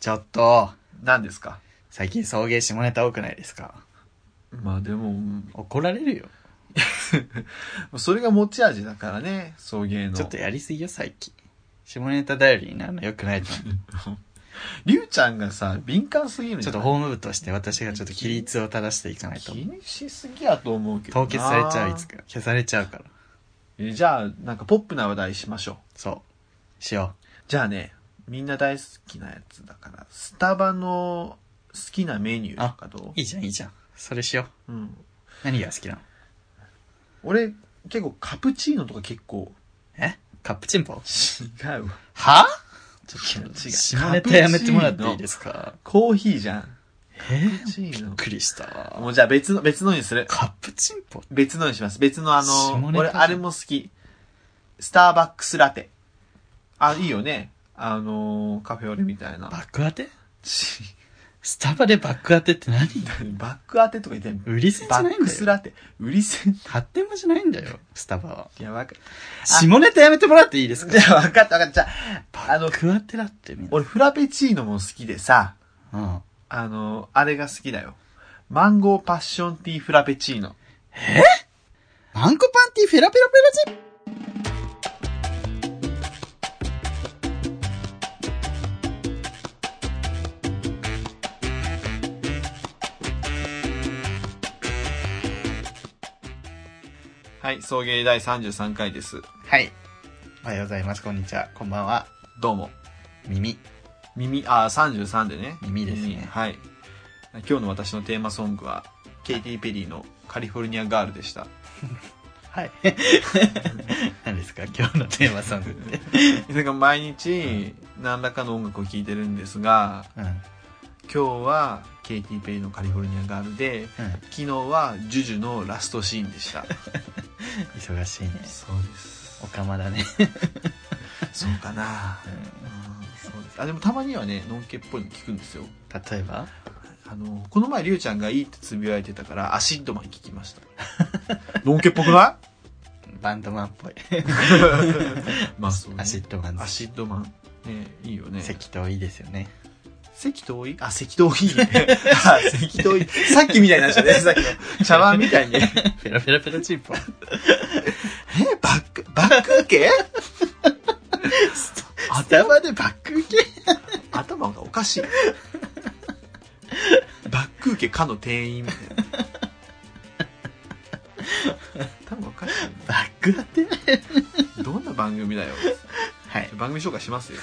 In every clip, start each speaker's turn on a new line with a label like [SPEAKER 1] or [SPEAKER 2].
[SPEAKER 1] ちょっと、
[SPEAKER 2] 何ですか
[SPEAKER 1] 最近送迎下ネタ多くないですか
[SPEAKER 2] まあでも、うん
[SPEAKER 1] 怒られるよ。
[SPEAKER 2] それが持ち味だからね、送迎の。
[SPEAKER 1] ちょっとやりすぎよ、最近。下ネタ頼りになるの良くないと 思
[SPEAKER 2] りゅうちゃんがさ、敏感すぎるん
[SPEAKER 1] う。
[SPEAKER 2] じ
[SPEAKER 1] ちょっ
[SPEAKER 2] ゃな
[SPEAKER 1] と
[SPEAKER 2] い
[SPEAKER 1] 法務部として私がちょっと規律を正していかないと
[SPEAKER 2] 気。にしすぎやと思うけど
[SPEAKER 1] 凍
[SPEAKER 2] な。
[SPEAKER 1] 結されちゃう、いつか。消されちゃうから。
[SPEAKER 2] えじゃあ、なんかポップな話題しましょう。
[SPEAKER 1] そう。しよ
[SPEAKER 2] じゃあね、みんな大好きなやつだから、スタバの好きなメニューとかど
[SPEAKER 1] う。いいじゃん、いいじゃん。それしよう。
[SPEAKER 2] ううん。
[SPEAKER 1] 何が好きなの
[SPEAKER 2] 俺、結構カプチーノとか結構、
[SPEAKER 1] えカップチンポ
[SPEAKER 2] 違うわ。
[SPEAKER 1] はち
[SPEAKER 2] い
[SPEAKER 1] ょっ
[SPEAKER 2] や違う
[SPEAKER 1] と、下ネタやめてもらっていいですか
[SPEAKER 2] コーヒーじゃん。
[SPEAKER 1] え
[SPEAKER 2] カプチ
[SPEAKER 1] び
[SPEAKER 2] ー
[SPEAKER 1] っ
[SPEAKER 2] ノ。
[SPEAKER 1] くりしたわ。
[SPEAKER 2] もうじゃあ別の、別のにする。
[SPEAKER 1] カップチンポ
[SPEAKER 2] 別のにします。別のあ
[SPEAKER 1] 下ネタ
[SPEAKER 2] の、
[SPEAKER 1] じゃん
[SPEAKER 2] 俺、あれも好き。スターバックスラテ。あ、いいよね。あのー、カフェオレみたいな。
[SPEAKER 1] 爆当て
[SPEAKER 2] ち
[SPEAKER 1] スタバで爆当てって何
[SPEAKER 2] バック当てとか言ってん
[SPEAKER 1] 売り線じ
[SPEAKER 2] バ
[SPEAKER 1] ゃない
[SPEAKER 2] ッ
[SPEAKER 1] ん
[SPEAKER 2] ク
[SPEAKER 1] だ
[SPEAKER 2] ス
[SPEAKER 1] よ。
[SPEAKER 2] ラテ。売り線。
[SPEAKER 1] 発展場じゃないんだよ、スタバは。
[SPEAKER 2] いや、わか、
[SPEAKER 1] 下ネタやめてもらっていいですか
[SPEAKER 2] じゃあ分かった分かった。じゃあ、あの、
[SPEAKER 1] 爆当てだってみんな。
[SPEAKER 2] 俺、フラペチーノも好きでさ、
[SPEAKER 1] うん。
[SPEAKER 2] あの、あれが好きだよ。マンゴーパッションティーフラペチーノ。
[SPEAKER 1] マンコパンティフェラペラペラチ
[SPEAKER 2] はい、送迎第33回です。
[SPEAKER 1] はい。おはようございます。こんにちは。こんばんは。
[SPEAKER 2] どうも。
[SPEAKER 1] 耳。
[SPEAKER 2] 耳、あ、33でね。
[SPEAKER 1] 耳ですね
[SPEAKER 2] はい。今日の私のテーマソングは、ケイティ・ペリーのカリフォルニアガール でした。
[SPEAKER 1] はい。 何ですか今日のテーマソングって。
[SPEAKER 2] なんか毎日、何らかの音楽を聴いてるんですが、
[SPEAKER 1] うん。うん。
[SPEAKER 2] 今日はケイティ・ペリーのカリフォルニアガールで、昨日はジュジュのラストシーンでした。
[SPEAKER 1] 忙しいね。
[SPEAKER 2] そうです
[SPEAKER 1] お。かまだね。
[SPEAKER 2] そうかな。うんそうです。あ、でもたまにはね、のんけっぽいの聞くんですよ。
[SPEAKER 1] 例えば
[SPEAKER 2] あの、この前、りゅうちゃんがいいってつぶやいてたから、アシッドマン聞き ました。のんけっぽくな
[SPEAKER 1] バンドマンっぽい。
[SPEAKER 2] い まあ、そうね
[SPEAKER 1] アシッドマン
[SPEAKER 2] アシッドマン。ね、いいよね。
[SPEAKER 1] 赤道いいですよ ね。
[SPEAKER 2] 関遠いあ、関遠いね。あ、関遠い。さっきみたいになっちゃったね、 さっきの。茶碗みたいにね。
[SPEAKER 1] ペラペラペラチンポ。
[SPEAKER 2] え、バック、バック受け
[SPEAKER 1] 頭でバック受け
[SPEAKER 2] 頭がおかしい。バック受けかの店員みたいな。頭おかしいね、
[SPEAKER 1] バック当て
[SPEAKER 2] どんな番組だよ。
[SPEAKER 1] はい。
[SPEAKER 2] 番組紹介しますよ。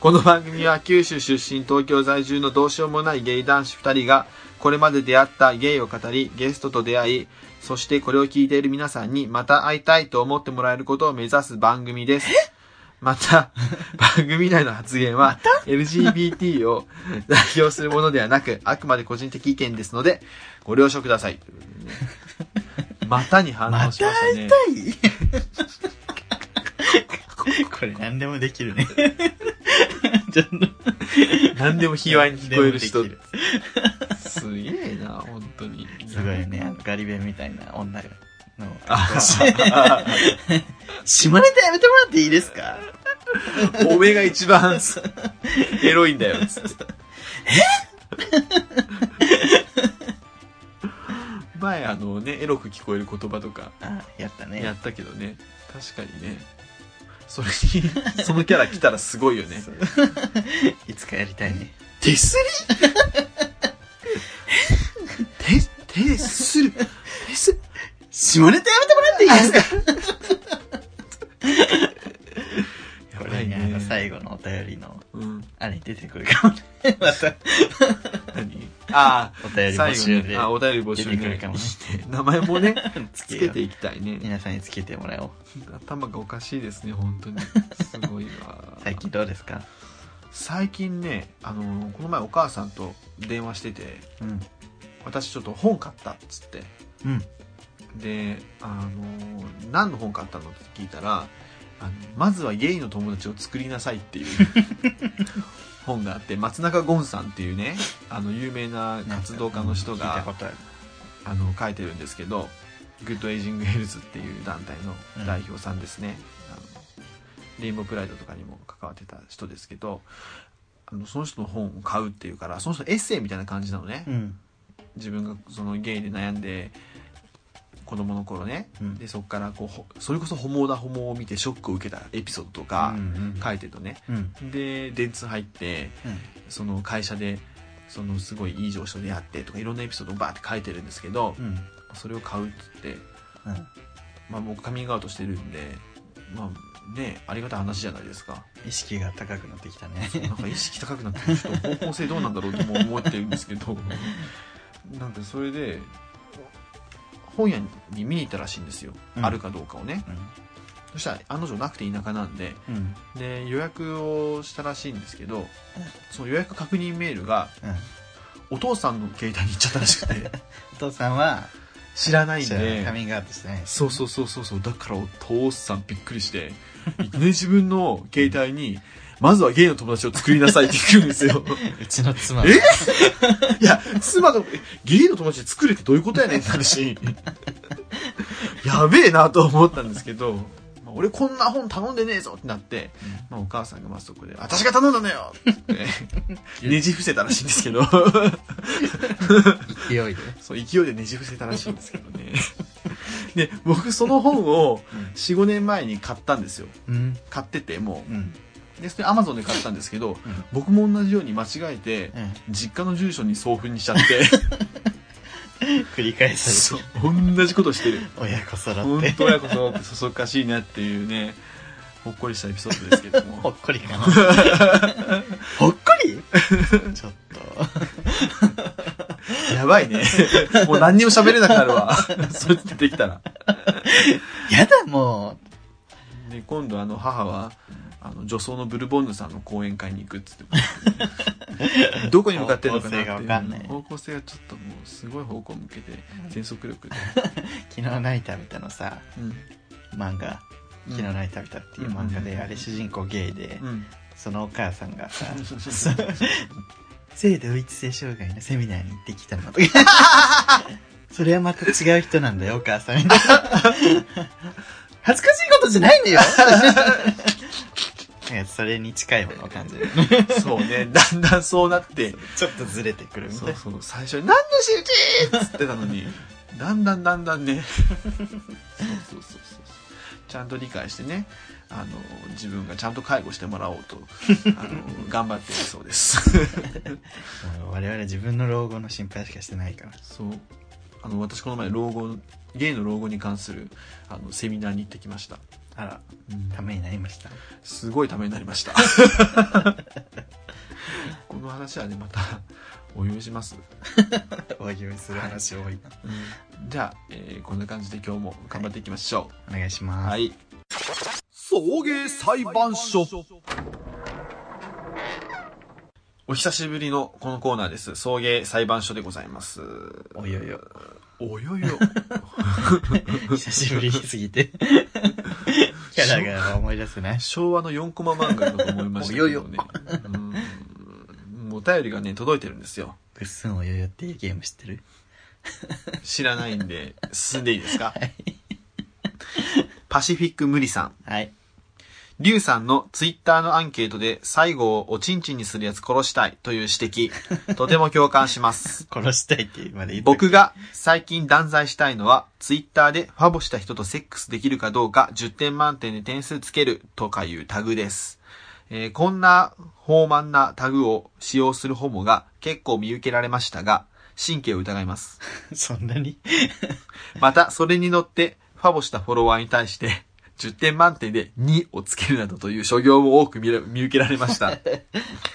[SPEAKER 2] この番組は九州出身東京在住のどうしようもないゲイ男子2人がこれまで出会ったゲイを語りゲストと出会いそしてこれを聞いている皆さんにまた会いたいと思ってもらえることを目指す番組ですまた 番組内の発言は LGBT を 代表するものではなくあくまで個人的意見ですのでご了承くださいという ことでねまたに反応しましたね
[SPEAKER 1] これ何でもできるね。ちょっと
[SPEAKER 2] 何でも卑猥に聞こえる人
[SPEAKER 1] 何でもで
[SPEAKER 2] すげえな本当に
[SPEAKER 1] きるすごいね、あのガリベみたいな女の。
[SPEAKER 2] あ
[SPEAKER 1] 下ネタやめてもらっていいですか
[SPEAKER 2] おめが一番エロいんだよつって前あのねエロく聞こえる言葉とか
[SPEAKER 1] あ、やったね。
[SPEAKER 2] やったけどね確かにねそれにそのキャラ来たらすごいよね
[SPEAKER 1] そういつかやりたいね。
[SPEAKER 2] 手すり手手す る手すり
[SPEAKER 1] 下ネタやめてもらっていいですか
[SPEAKER 2] や
[SPEAKER 1] こ
[SPEAKER 2] ば
[SPEAKER 1] れ
[SPEAKER 2] い
[SPEAKER 1] ね、あ
[SPEAKER 2] ね
[SPEAKER 1] の最後のお便りの、
[SPEAKER 2] うん
[SPEAKER 1] あれに出てくるかもね。 また、
[SPEAKER 2] 何あ
[SPEAKER 1] お
[SPEAKER 2] あ
[SPEAKER 1] 便り募
[SPEAKER 2] 最
[SPEAKER 1] 集
[SPEAKER 2] 後
[SPEAKER 1] で
[SPEAKER 2] ね、あお便り募集
[SPEAKER 1] 出てくる
[SPEAKER 2] ね
[SPEAKER 1] かもね
[SPEAKER 2] いいね名前 もね
[SPEAKER 1] つ
[SPEAKER 2] つ
[SPEAKER 1] け
[SPEAKER 2] け
[SPEAKER 1] よ
[SPEAKER 2] て
[SPEAKER 1] う。
[SPEAKER 2] いきたいね
[SPEAKER 1] 皆さんにつけてもらおう。
[SPEAKER 2] 頭がおかしいですね本当にすごいわ
[SPEAKER 1] 最近どうですか
[SPEAKER 2] 最近ねあのこの前お母さんと電話してて
[SPEAKER 1] うん。
[SPEAKER 2] 私ちょっと本買ったっつって
[SPEAKER 1] うん。
[SPEAKER 2] であの何の本買ったのって聞いたらあのまずはゲイの友達を作りなさ いっていう本があって松中ゴンさんっていうねあの有名な活動家の人
[SPEAKER 1] 聞い
[SPEAKER 2] が
[SPEAKER 1] たことある。
[SPEAKER 2] あの書いてるんですけどグッドエイジングヘルスっていう団体の代表さんですね、あのレインボープライドとかにも関わってた人ですけどあのその人の本を買うっていうからその人のエッセイみたいな感じなのね、
[SPEAKER 1] うん
[SPEAKER 2] 自分がそのゲイで悩んで子供の頃ね、
[SPEAKER 1] うん
[SPEAKER 2] でそこからこうほそれこそ「ホモだホモ」を見てショックを受けたエピソードとか
[SPEAKER 1] うん
[SPEAKER 2] 書いてるとね、
[SPEAKER 1] うんうん
[SPEAKER 2] で電通入ってその会社でそのすごいいい上司と出会ってとかいろんなエピソードをバーって書いてるんですけど、
[SPEAKER 1] うん
[SPEAKER 2] それを買うっつって、
[SPEAKER 1] うん
[SPEAKER 2] まあ、僕カミングアウトしてるんでまあねありがたい話じゃないですか
[SPEAKER 1] 意識が高くなってきたね
[SPEAKER 2] なんか意識高くなってる人方向性どうなんだろうとも思ってるんですけどなんでそれで本屋に見に行ったらしいんですよ、
[SPEAKER 1] うん
[SPEAKER 2] あるかどうかをねそしたら案の定なくて田舎なんで
[SPEAKER 1] うんうん
[SPEAKER 2] で予約をしたらしいんですけどその予約確認メールが
[SPEAKER 1] うん
[SPEAKER 2] お父さんの携帯に行っちゃったらしく て
[SPEAKER 1] お父さんは
[SPEAKER 2] 知らないん
[SPEAKER 1] 知らないカ
[SPEAKER 2] で
[SPEAKER 1] ミングアウトしてない
[SPEAKER 2] そうそうそうそうそうだからお父さんびっくりしていきなり自分の携帯にまずはゲイの友達を作りなさいって言うんで すよ
[SPEAKER 1] うちの妻
[SPEAKER 2] え いや、妻の、えゲイの友達作れってどういうことやねんって話。やべえなと思ったんですけど、まあ俺こんな本頼んでねえぞってなって、まあ、お母さんがまずそこで、私が頼んだのよ って、ねじ伏せたらしいんですけど、
[SPEAKER 1] 勢いで
[SPEAKER 2] そう勢いでねじ伏せたらしいんですけどね。で、僕その本を4、5年前に買ったんですよ。
[SPEAKER 1] うん
[SPEAKER 2] 買ってて、も
[SPEAKER 1] うん
[SPEAKER 2] う。で、それアマゾンで買ったんですけど、
[SPEAKER 1] うん
[SPEAKER 2] 僕も同じように間違えて、
[SPEAKER 1] うん
[SPEAKER 2] 実家の住所に送付にしちゃって、
[SPEAKER 1] 繰り返す
[SPEAKER 2] そう同じことしてる
[SPEAKER 1] 親子揃っ
[SPEAKER 2] 本
[SPEAKER 1] て
[SPEAKER 2] 当親子そってそそっかしいなっていうねほっこりしたエピソードですけど
[SPEAKER 1] ほっ
[SPEAKER 2] も
[SPEAKER 1] こりかな ほっこりちょっと
[SPEAKER 2] やばいね もう何にも喋れなくなるわ そいつ出てきたら
[SPEAKER 1] やだも
[SPEAKER 2] で今度あの母はあの女装のブルボンヌさんの講演会に行くっつ ってどこに向かってるのかな
[SPEAKER 1] 方向
[SPEAKER 2] っていう
[SPEAKER 1] 性がわかんない
[SPEAKER 2] 方向性がちょっともうすごい方向向けて全速力で、
[SPEAKER 1] う昨日ナイター見たのさ
[SPEAKER 2] うん
[SPEAKER 1] 漫画「昨日ナイター見た」っていう漫画で、
[SPEAKER 2] うん
[SPEAKER 1] あれ主人公ゲイで、
[SPEAKER 2] うん
[SPEAKER 1] そのお母さんがさ性同一性障害のセミナーに行ってきたのと かそれはまた違う人なんだよお母 さんみたいな恥ずかしいことじゃないのよなんかそれに 近いものを感じる
[SPEAKER 2] そうねだんだんそうなって
[SPEAKER 1] ちょっとずれてくるみたい
[SPEAKER 2] そう
[SPEAKER 1] な
[SPEAKER 2] そう最初に「何の仕打ち!」っつってたのにだんだんだんだんねそうそうそうそうちゃんと理解してねあの自分がちゃんと介護してもらおうとあの頑張っているそうです
[SPEAKER 1] もう我々自分の老後の心配しかしてないから
[SPEAKER 2] そうあの私この前老後ゲイの老後に関するあのセミナーに行ってきました、
[SPEAKER 1] あら
[SPEAKER 2] うん
[SPEAKER 1] ためになりました
[SPEAKER 2] すごいためになりました この話はねまたお呼びします、
[SPEAKER 1] お祝いする話多いな
[SPEAKER 2] うんじゃあ、えーこんな感じで今日も頑張っていきましょう、
[SPEAKER 1] お願いします、
[SPEAKER 2] い。送迎裁判所。お久しぶりのこのコーナーです。送迎裁判所でございます。
[SPEAKER 1] およよ
[SPEAKER 2] およ よ。
[SPEAKER 1] 久しぶりすぎ てキャラが思い出せない
[SPEAKER 2] 昭和の4コマ漫画だと思いましたけど
[SPEAKER 1] お
[SPEAKER 2] ね。
[SPEAKER 1] よよ
[SPEAKER 2] うんお便りがね、届いてるんですよ。
[SPEAKER 1] ぐっすんおよよっていうゲーム知ってる
[SPEAKER 2] 知らないんで、進んでいいですかパシフィック無理さん。
[SPEAKER 1] はい
[SPEAKER 2] リュウさんのツイッターのアンケートで最後をおちんちんにするやつ殺したいという指摘、とても共感します。
[SPEAKER 1] 殺したいってまで言っ
[SPEAKER 2] 僕が最近断罪したいのは、ツイッターでファボした人とセックスできるかどうか10点満点で点数つけるとかいうタグです。えーこんな豊満なタグを使用するホモが結構見受けられましたが、神経を疑います。
[SPEAKER 1] そんなに
[SPEAKER 2] また、それに乗って、ファボしたフォロワーに対して、10点満点で2をつけるなどという所業も多く見ら見受けられま した。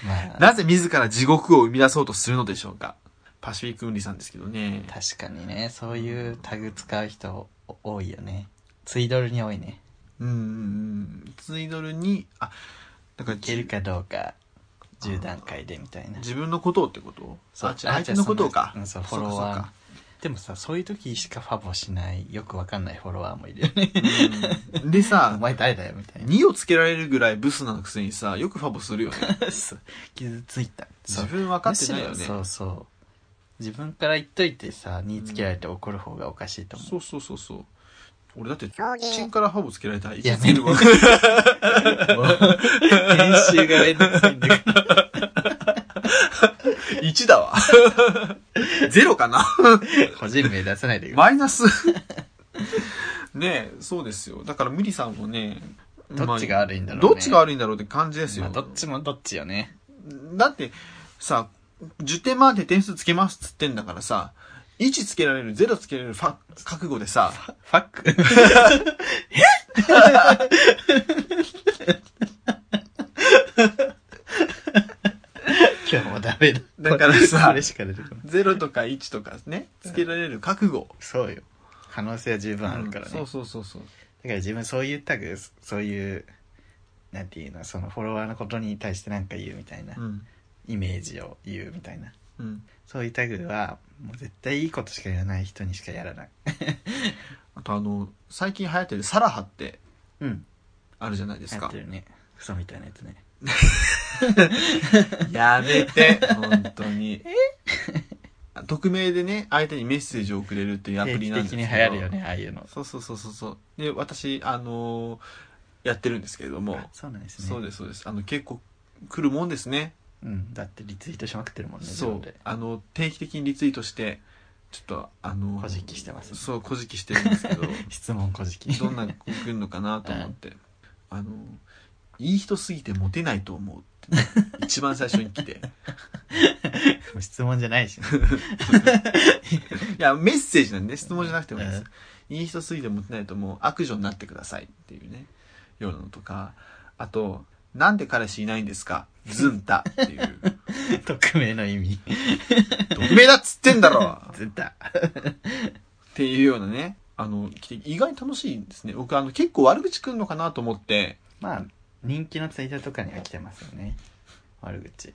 [SPEAKER 1] まあ
[SPEAKER 2] なぜ自ら地獄を生み出そうとするのでしょうかパシフィック運理さんですけどね。
[SPEAKER 1] 確かにねそういうタグ使う人多いよねツイドルに多いね
[SPEAKER 2] うんうんうんツイドルにあだから
[SPEAKER 1] いけるかどうか10段階でみたいな
[SPEAKER 2] 自分のことをってこと
[SPEAKER 1] そう
[SPEAKER 2] あ違う相手のことをか
[SPEAKER 1] うんそうフ
[SPEAKER 2] そ
[SPEAKER 1] ォ
[SPEAKER 2] うか
[SPEAKER 1] ロ
[SPEAKER 2] そう
[SPEAKER 1] ワ
[SPEAKER 2] か
[SPEAKER 1] ーでもさそういう時しかファボしないよくわかんないフォロワーもいるよね
[SPEAKER 2] うん で
[SPEAKER 1] お
[SPEAKER 2] さ
[SPEAKER 1] 前誰だよみたいな
[SPEAKER 2] 2をつけられるぐらいブスなくせにさよくファボ するよね
[SPEAKER 1] そう傷ついた
[SPEAKER 2] 自分分かってないよ
[SPEAKER 1] む
[SPEAKER 2] ね
[SPEAKER 1] しろそうそう自分から言っといてさにつけられて怒る方がおかしいと思う、
[SPEAKER 2] そうそうそうそう俺だってチンからファボつけられたらい
[SPEAKER 1] や
[SPEAKER 2] つけるわ
[SPEAKER 1] もう編集がめんどくさいんだから
[SPEAKER 2] 1だわ。 ゼロかな
[SPEAKER 1] 個人名出さないでくだ
[SPEAKER 2] マイナ ス。ねえ、そうですよ。だから無理さんもね、
[SPEAKER 1] さい。どっちが
[SPEAKER 2] まあ
[SPEAKER 1] 悪いんだろうね。
[SPEAKER 2] どっちが
[SPEAKER 1] 悪
[SPEAKER 2] 悪いんだろうって感じですよ。
[SPEAKER 1] どっちもどっちよね。
[SPEAKER 2] だって、さ、10点満点点数つけますっつってんだからさ、1つけられる、0つけられる、ファ、覚悟 でさ、
[SPEAKER 1] ファック。今日もダメだ。
[SPEAKER 2] だからさ
[SPEAKER 1] これしか出てこない。
[SPEAKER 2] 0とか1とかね、つけられる覚悟。
[SPEAKER 1] そうよ。可能性は十分あるからね。
[SPEAKER 2] そうそうそうそう。
[SPEAKER 1] だから自分そういうタグそういうなんていうのそのフォロワーのことに対して何か言うみたいな、
[SPEAKER 2] うん。
[SPEAKER 1] イメージを言うみたいな
[SPEAKER 2] うん。
[SPEAKER 1] そういうタグはもう絶対いいことしか言わない人にしかやらない
[SPEAKER 2] あとあの、最近流行ってるサラハって
[SPEAKER 1] うん
[SPEAKER 2] あるじゃないです
[SPEAKER 1] やっ
[SPEAKER 2] か
[SPEAKER 1] て。るねクソみたいなやつね
[SPEAKER 2] やめて、本当に。匿名でね、相手にメッセージを送れるっていうア
[SPEAKER 1] 定
[SPEAKER 2] プリ
[SPEAKER 1] 期
[SPEAKER 2] なんです
[SPEAKER 1] 的
[SPEAKER 2] けど
[SPEAKER 1] に流行るよねああいうの
[SPEAKER 2] そうそうそうそうそう。で、私、あのーやってるんですけれども
[SPEAKER 1] あ、そうなんですね
[SPEAKER 2] そうです、そうです。あの、結構来るもんですね。
[SPEAKER 1] うん、だってリツイートしまくってるもんね
[SPEAKER 2] そ
[SPEAKER 1] 自分
[SPEAKER 2] う
[SPEAKER 1] で。
[SPEAKER 2] あの、定期的にリツイートして、ちょっと、あのー
[SPEAKER 1] こじきしてます
[SPEAKER 2] そう、こじきしてるん ですけど、
[SPEAKER 1] 質問こじき
[SPEAKER 2] どんな子来るのかなと思って、あのーいい人すぎてモテないと思うってね、一番最初に来 て。
[SPEAKER 1] 質問じゃないし、 ね、
[SPEAKER 2] いや、メッセージなんで、質問じゃなくてもいいで
[SPEAKER 1] う
[SPEAKER 2] す。いい人すぎて持ってないともう悪女になってくださいっていうね、ようなのとか、あと、なんで彼氏いないんですかズンタっていう。
[SPEAKER 1] 匿名の意味
[SPEAKER 2] 匿名だっつってんだろ
[SPEAKER 1] ずった
[SPEAKER 2] っていうようなね、あの、来て意外に楽しいんですね。僕、あの、結構悪口くんのかなと思って、
[SPEAKER 1] まあ人気のツイートとかには来てますよね悪口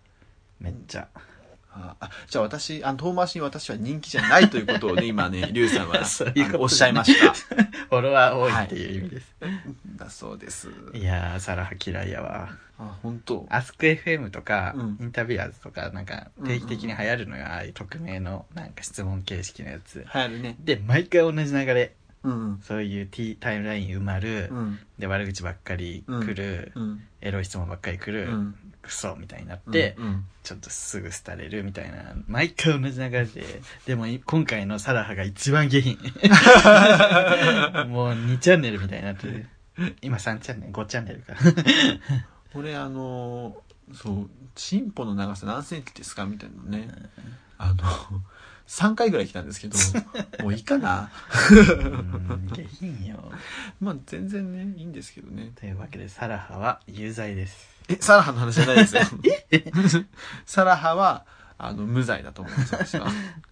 [SPEAKER 1] めっちゃ
[SPEAKER 2] あ、あじゃあ私、あの、遠回しに私は人気じゃないということを ね、今ね、リュウさんは
[SPEAKER 1] そういうことね
[SPEAKER 2] あのおっしゃい ました。
[SPEAKER 1] フォロワー多いっていう意味です、
[SPEAKER 2] だそうです。
[SPEAKER 1] い、やーサラハ嫌いやわ
[SPEAKER 2] あ、本当
[SPEAKER 1] アスク FM とか、
[SPEAKER 2] うん
[SPEAKER 1] インタビュアーズとかなんか定期的に流行るのよ、ああいう匿名のなんか質問形式のやつ
[SPEAKER 2] 流行るね。
[SPEAKER 1] で毎回同じ流れ
[SPEAKER 2] うん。
[SPEAKER 1] そういう T タイムライン埋まる、
[SPEAKER 2] うん。
[SPEAKER 1] で悪口ばっかり来る、
[SPEAKER 2] うん。
[SPEAKER 1] エロい質問ばっかり来
[SPEAKER 2] う
[SPEAKER 1] る、
[SPEAKER 2] ん。
[SPEAKER 1] クソみたいになって、
[SPEAKER 2] うん
[SPEAKER 1] ちょっとすぐ廃れるみたいな毎回同じ流れででもい今回のサラハが一番 下品もう2チャンネルみたいになってる今3チャンネル5チャンネルか
[SPEAKER 2] 俺あのーそうチンポの長さ何センチですかみたいなのねあの3回ぐらい来た んですけどもういいかな
[SPEAKER 1] うん下品よ
[SPEAKER 2] まあ全然ねいいんですけどね
[SPEAKER 1] というわけでサラハは有罪です
[SPEAKER 2] えサラハの話じゃない ですよサラハはあの無罪だと思います私は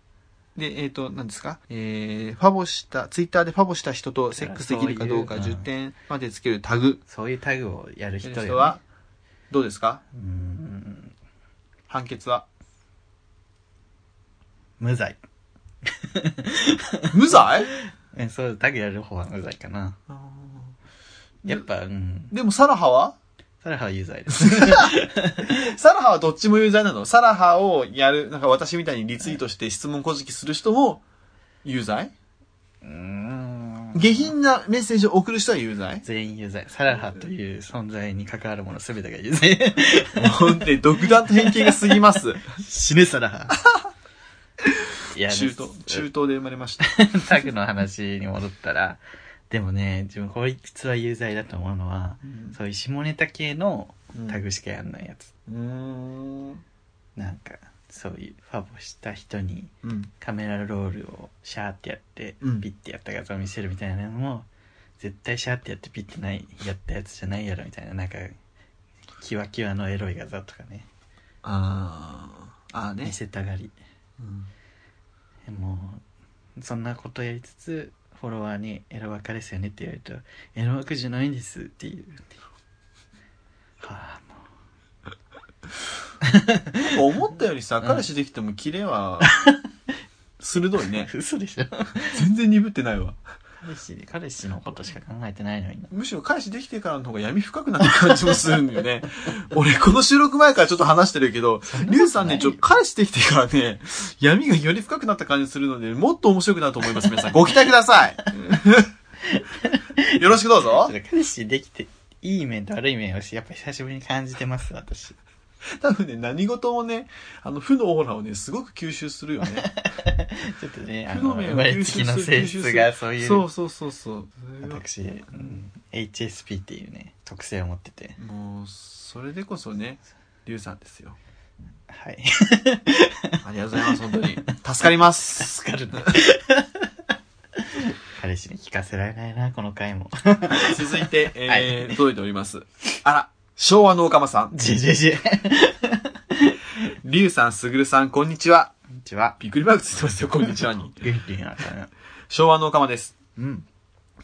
[SPEAKER 2] でえっ、と何ですかえー、ファボしたツイッターでファボした人とセックスできるかどうか
[SPEAKER 1] そういう
[SPEAKER 2] 10点までつけるタグ
[SPEAKER 1] そういうタグをやる人
[SPEAKER 2] 人
[SPEAKER 1] よね、
[SPEAKER 2] はどうですか
[SPEAKER 1] うん
[SPEAKER 2] 判決は
[SPEAKER 1] 無罪
[SPEAKER 2] 無罪
[SPEAKER 1] えそうタグやる方は無罪かなやっぱうん
[SPEAKER 2] でもサラハは
[SPEAKER 1] サラハは有罪です
[SPEAKER 2] サラハはどっちも有罪なのサラハをやる、なんか私みたいにリツイートして質問小じきする人も有罪
[SPEAKER 1] うん
[SPEAKER 2] 下品なメッセージを送る人は有罪
[SPEAKER 1] 全員有罪サラハという存在に関わるもの全てが有 罪
[SPEAKER 2] ほんで、独断と偏見が過ぎます。
[SPEAKER 1] 死ねサラハいや
[SPEAKER 2] 中東、中東で生まれました。
[SPEAKER 1] タグの話に戻ったらでもね自分こいつは有罪だと思うのはそういう下ネタ系のタグしかやんないやつ、
[SPEAKER 2] うーん。
[SPEAKER 1] なんかそういうファボした人に
[SPEAKER 2] うん。
[SPEAKER 1] カメラロールをシャーってやって、
[SPEAKER 2] うん
[SPEAKER 1] ピッてやった画像を見せるみたいなのも絶対シャーってやってピッてないやったやつじゃないやろみたいななんかキワキワのエロい画像とかね
[SPEAKER 2] あー。あーね
[SPEAKER 1] 見。せたがり
[SPEAKER 2] うん
[SPEAKER 1] もうそんなことやりつつフォロワーに「エロバカですよね」って言われると「エロバカじゃないんです」っていうはあも
[SPEAKER 2] 思ったよりさ、彼氏できてもキレは、鋭 いね。
[SPEAKER 1] う嘘でしょ
[SPEAKER 2] 全然鈍ってないわ。
[SPEAKER 1] 彼氏彼氏のことしか考えてないのにな
[SPEAKER 2] むしろ彼氏できてからの方が闇深くなった感じもするんだよ ね。俺、この収録前からちょっと話してるけど、リュウさんね、ちょっと彼氏できてから ね、闇がより深くなった感じするので、もっと面白くなると思います、 皆さん。ご期待くださいよろしくどうぞ
[SPEAKER 1] 彼氏できていい面と悪い面をしやっぱり久しぶりに感じてます私
[SPEAKER 2] 多分ね、何事もね、あの、負のオーラをね、すごく吸収する よね。
[SPEAKER 1] ちょっとね、あ
[SPEAKER 2] 不動
[SPEAKER 1] の、
[SPEAKER 2] 明を
[SPEAKER 1] 生まれつきの性質がそういう、
[SPEAKER 2] そうそうそうそう。それが
[SPEAKER 1] 私、うん、HSP っていうね、特性を持ってて、
[SPEAKER 2] もう、それでこそね、リュウさんですよ。
[SPEAKER 1] はい。
[SPEAKER 2] ありがとうございます、本当に。助かります。
[SPEAKER 1] 助かるね彼氏に聞かせられないな、この回も。
[SPEAKER 2] 続いて、えー
[SPEAKER 1] は
[SPEAKER 2] 届いております。あら、昭和のオカマさん。
[SPEAKER 1] じじじ。こ
[SPEAKER 2] リュウさん、すぐるさん、こんにちは。
[SPEAKER 1] んにちは。
[SPEAKER 2] びっくりマークついてますよ、こんにちは に。
[SPEAKER 1] 元気になったな。
[SPEAKER 2] 昭和のオカマです。
[SPEAKER 1] うん。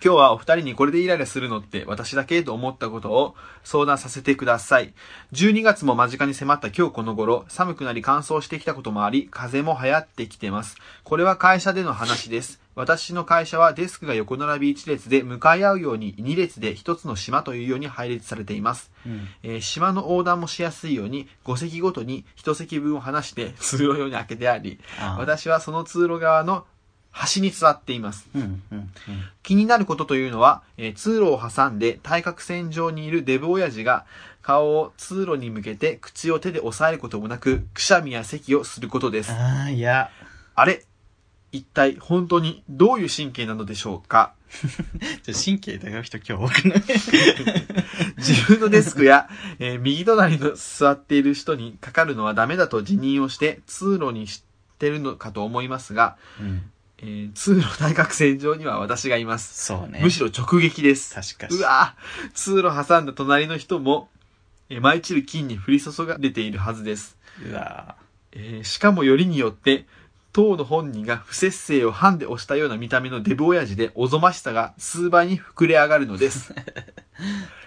[SPEAKER 2] 今日はお二人にこれでイライラするのって私だけと思ったことを相談させてください。12月も間近に迫った今日この頃、寒くなり乾燥してきたこともあり、風邪も流行ってきてます。これは会社での話です。私の会社はデスクが横並び1列で向かい合うように2列で1つの島というように配列されています。
[SPEAKER 1] うん。
[SPEAKER 2] えー島の横断もしやすいように5席ごとに1席分を離して 通路用に開けてあり、
[SPEAKER 1] あー
[SPEAKER 2] 私はその通路側の端に座っています。
[SPEAKER 1] うん、うん、うん。
[SPEAKER 2] 気になることというのは、えー通路を挟んで対角線上にいるデブ親父が顔を通路に向けて口を手で押さえることもなく、くしゃみや咳をすることです。
[SPEAKER 1] ああ、いや。
[SPEAKER 2] あれ一体本当にどういう神経なのでしょうか
[SPEAKER 1] ちょ神経疑う人今日多くない
[SPEAKER 2] 自分のデスクや、えー右隣の座っている人にかかるのはダメだと辞任をして通路にしてるのかと思いますが、
[SPEAKER 1] うん。
[SPEAKER 2] えー通路対角線上には私がいます。
[SPEAKER 1] そうね。
[SPEAKER 2] むしろ直撃です。
[SPEAKER 1] 確かに。
[SPEAKER 2] うわぁ通路挟んだ隣の人も、えー舞い散る金に降り注がれているはずです。
[SPEAKER 1] うわ
[SPEAKER 2] えーしかもよりによって、当の本人が不節制をハンで押したような見た目のデブ親父で、おぞましさが数倍に膨れ上がるのです。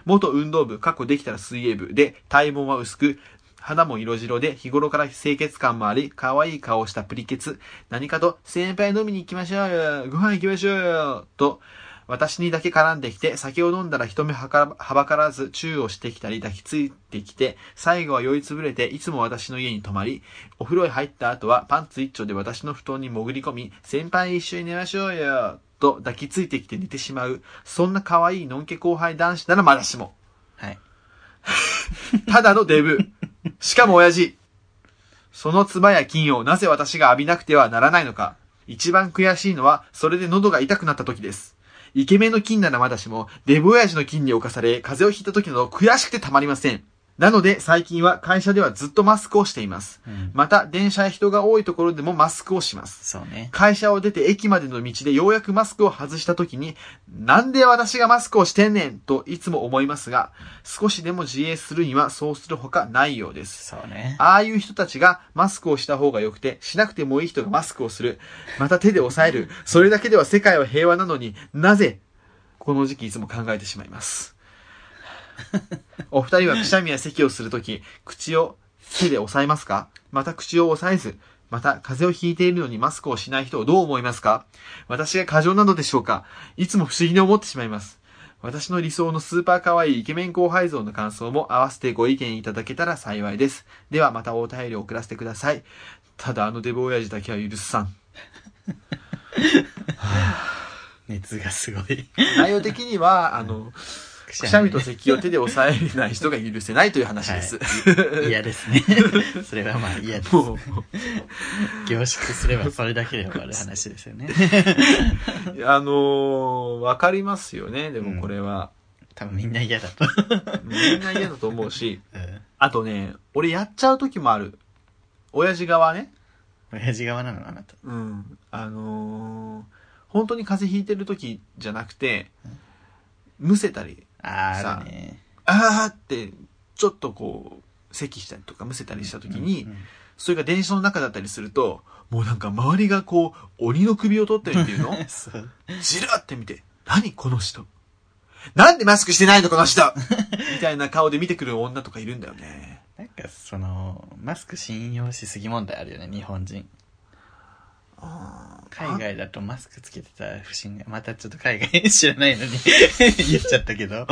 [SPEAKER 2] 元運動部、過去できたら水泳部で、体毛は薄く、肌も色白で、日頃から清潔感もあり、可愛い顔をしたプリケツ。何かと、先輩飲みに行きましょうよご飯行きましょうよと、私にだけ絡んできて、酒を飲んだら人目はかはばからず、チューをしてきたり抱きついてきて、最後は酔いつぶれて、いつも私の家に泊まり、お風呂へ入った後はパンツ一丁で私の布団に潜り込み、先輩一緒に寝ましょうよと抱きついてきて寝てしまう、そんな可愛いのんけ後輩男子ならまだしも。
[SPEAKER 1] ーはい。
[SPEAKER 2] ただのデブ。しかも親父。その唾や金をなぜ私が浴びなくてはならないのか。一番悔しいのは、それで喉が痛くなった時です。イケメンの金ならまだしも、デブ親父の金に侵され、風邪をひいた時など悔しくてたまりません。なので、最近は会社ではずっとマスクをしています。
[SPEAKER 1] うん。
[SPEAKER 2] また、電車や人が多いところでもマスクをします。
[SPEAKER 1] そうね。
[SPEAKER 2] 会社を出て駅までの道でようやくマスクを外した時に、なんで私がマスクをしてんねんといつも思いますが、少しでも自衛するにはそうするほかないようです。
[SPEAKER 1] そうね。
[SPEAKER 2] ああいう人たちがマスクをした方が良くて、しなくてもいい人がマスクをする。また手で押さえる。それだけでは世界は平和なのになぜ、この時期いつも考えてしまいます。お二人はくしゃみや咳をするとき、口を手で押さえますかまた口を押さえず、また風邪をひいているのにマスクをしない人をどう思いますか私が過剰なのでしょうかいつも不思議に思ってしまいます。私の理想のスーパー可愛いイケメン後輩像の感想も合わせてご意見いただけたら幸いです。ではまたお便りを送らせてください。ただあのデブ親父だけは許さん。
[SPEAKER 1] 熱がすごい。
[SPEAKER 2] 内容的には、あの、
[SPEAKER 1] く
[SPEAKER 2] くしゃみと咳を手で抑えれない人が許せないという話です。
[SPEAKER 1] 嫌ですね。 それはまあ嫌です。
[SPEAKER 2] もう、
[SPEAKER 1] 凝縮すればそれだけで終わる話ですよね。
[SPEAKER 2] あのーわかりますよね、でもこれは。
[SPEAKER 1] 多分みんな嫌だと。
[SPEAKER 2] みんな嫌だと思うし、
[SPEAKER 1] うん。
[SPEAKER 2] あとね、俺やっちゃう時もある。親父側ね。
[SPEAKER 1] 親父側なのあなた。
[SPEAKER 2] うん。あのー本当に風邪ひいてる時じゃなくて、むせたり、
[SPEAKER 1] あー
[SPEAKER 2] さあ
[SPEAKER 1] あるね。
[SPEAKER 2] あーって、ちょっとこう、咳したりとかむせたりした時に、
[SPEAKER 1] うんうん
[SPEAKER 2] それが電車の中だったりすると、もうなんか周りがこう、鬼の首を取ってるっていう の
[SPEAKER 1] そう。
[SPEAKER 2] じらって見て、何この人なんでマスクしてないのこの 人みたいな顔で見てくる女とかいるんだよね。
[SPEAKER 1] なんかその、マスク信用しすぎ問題あるよね、日本人。海外だとマスクつけてた不審が、またちょっと海外知らないのに 言っちゃったけ ど、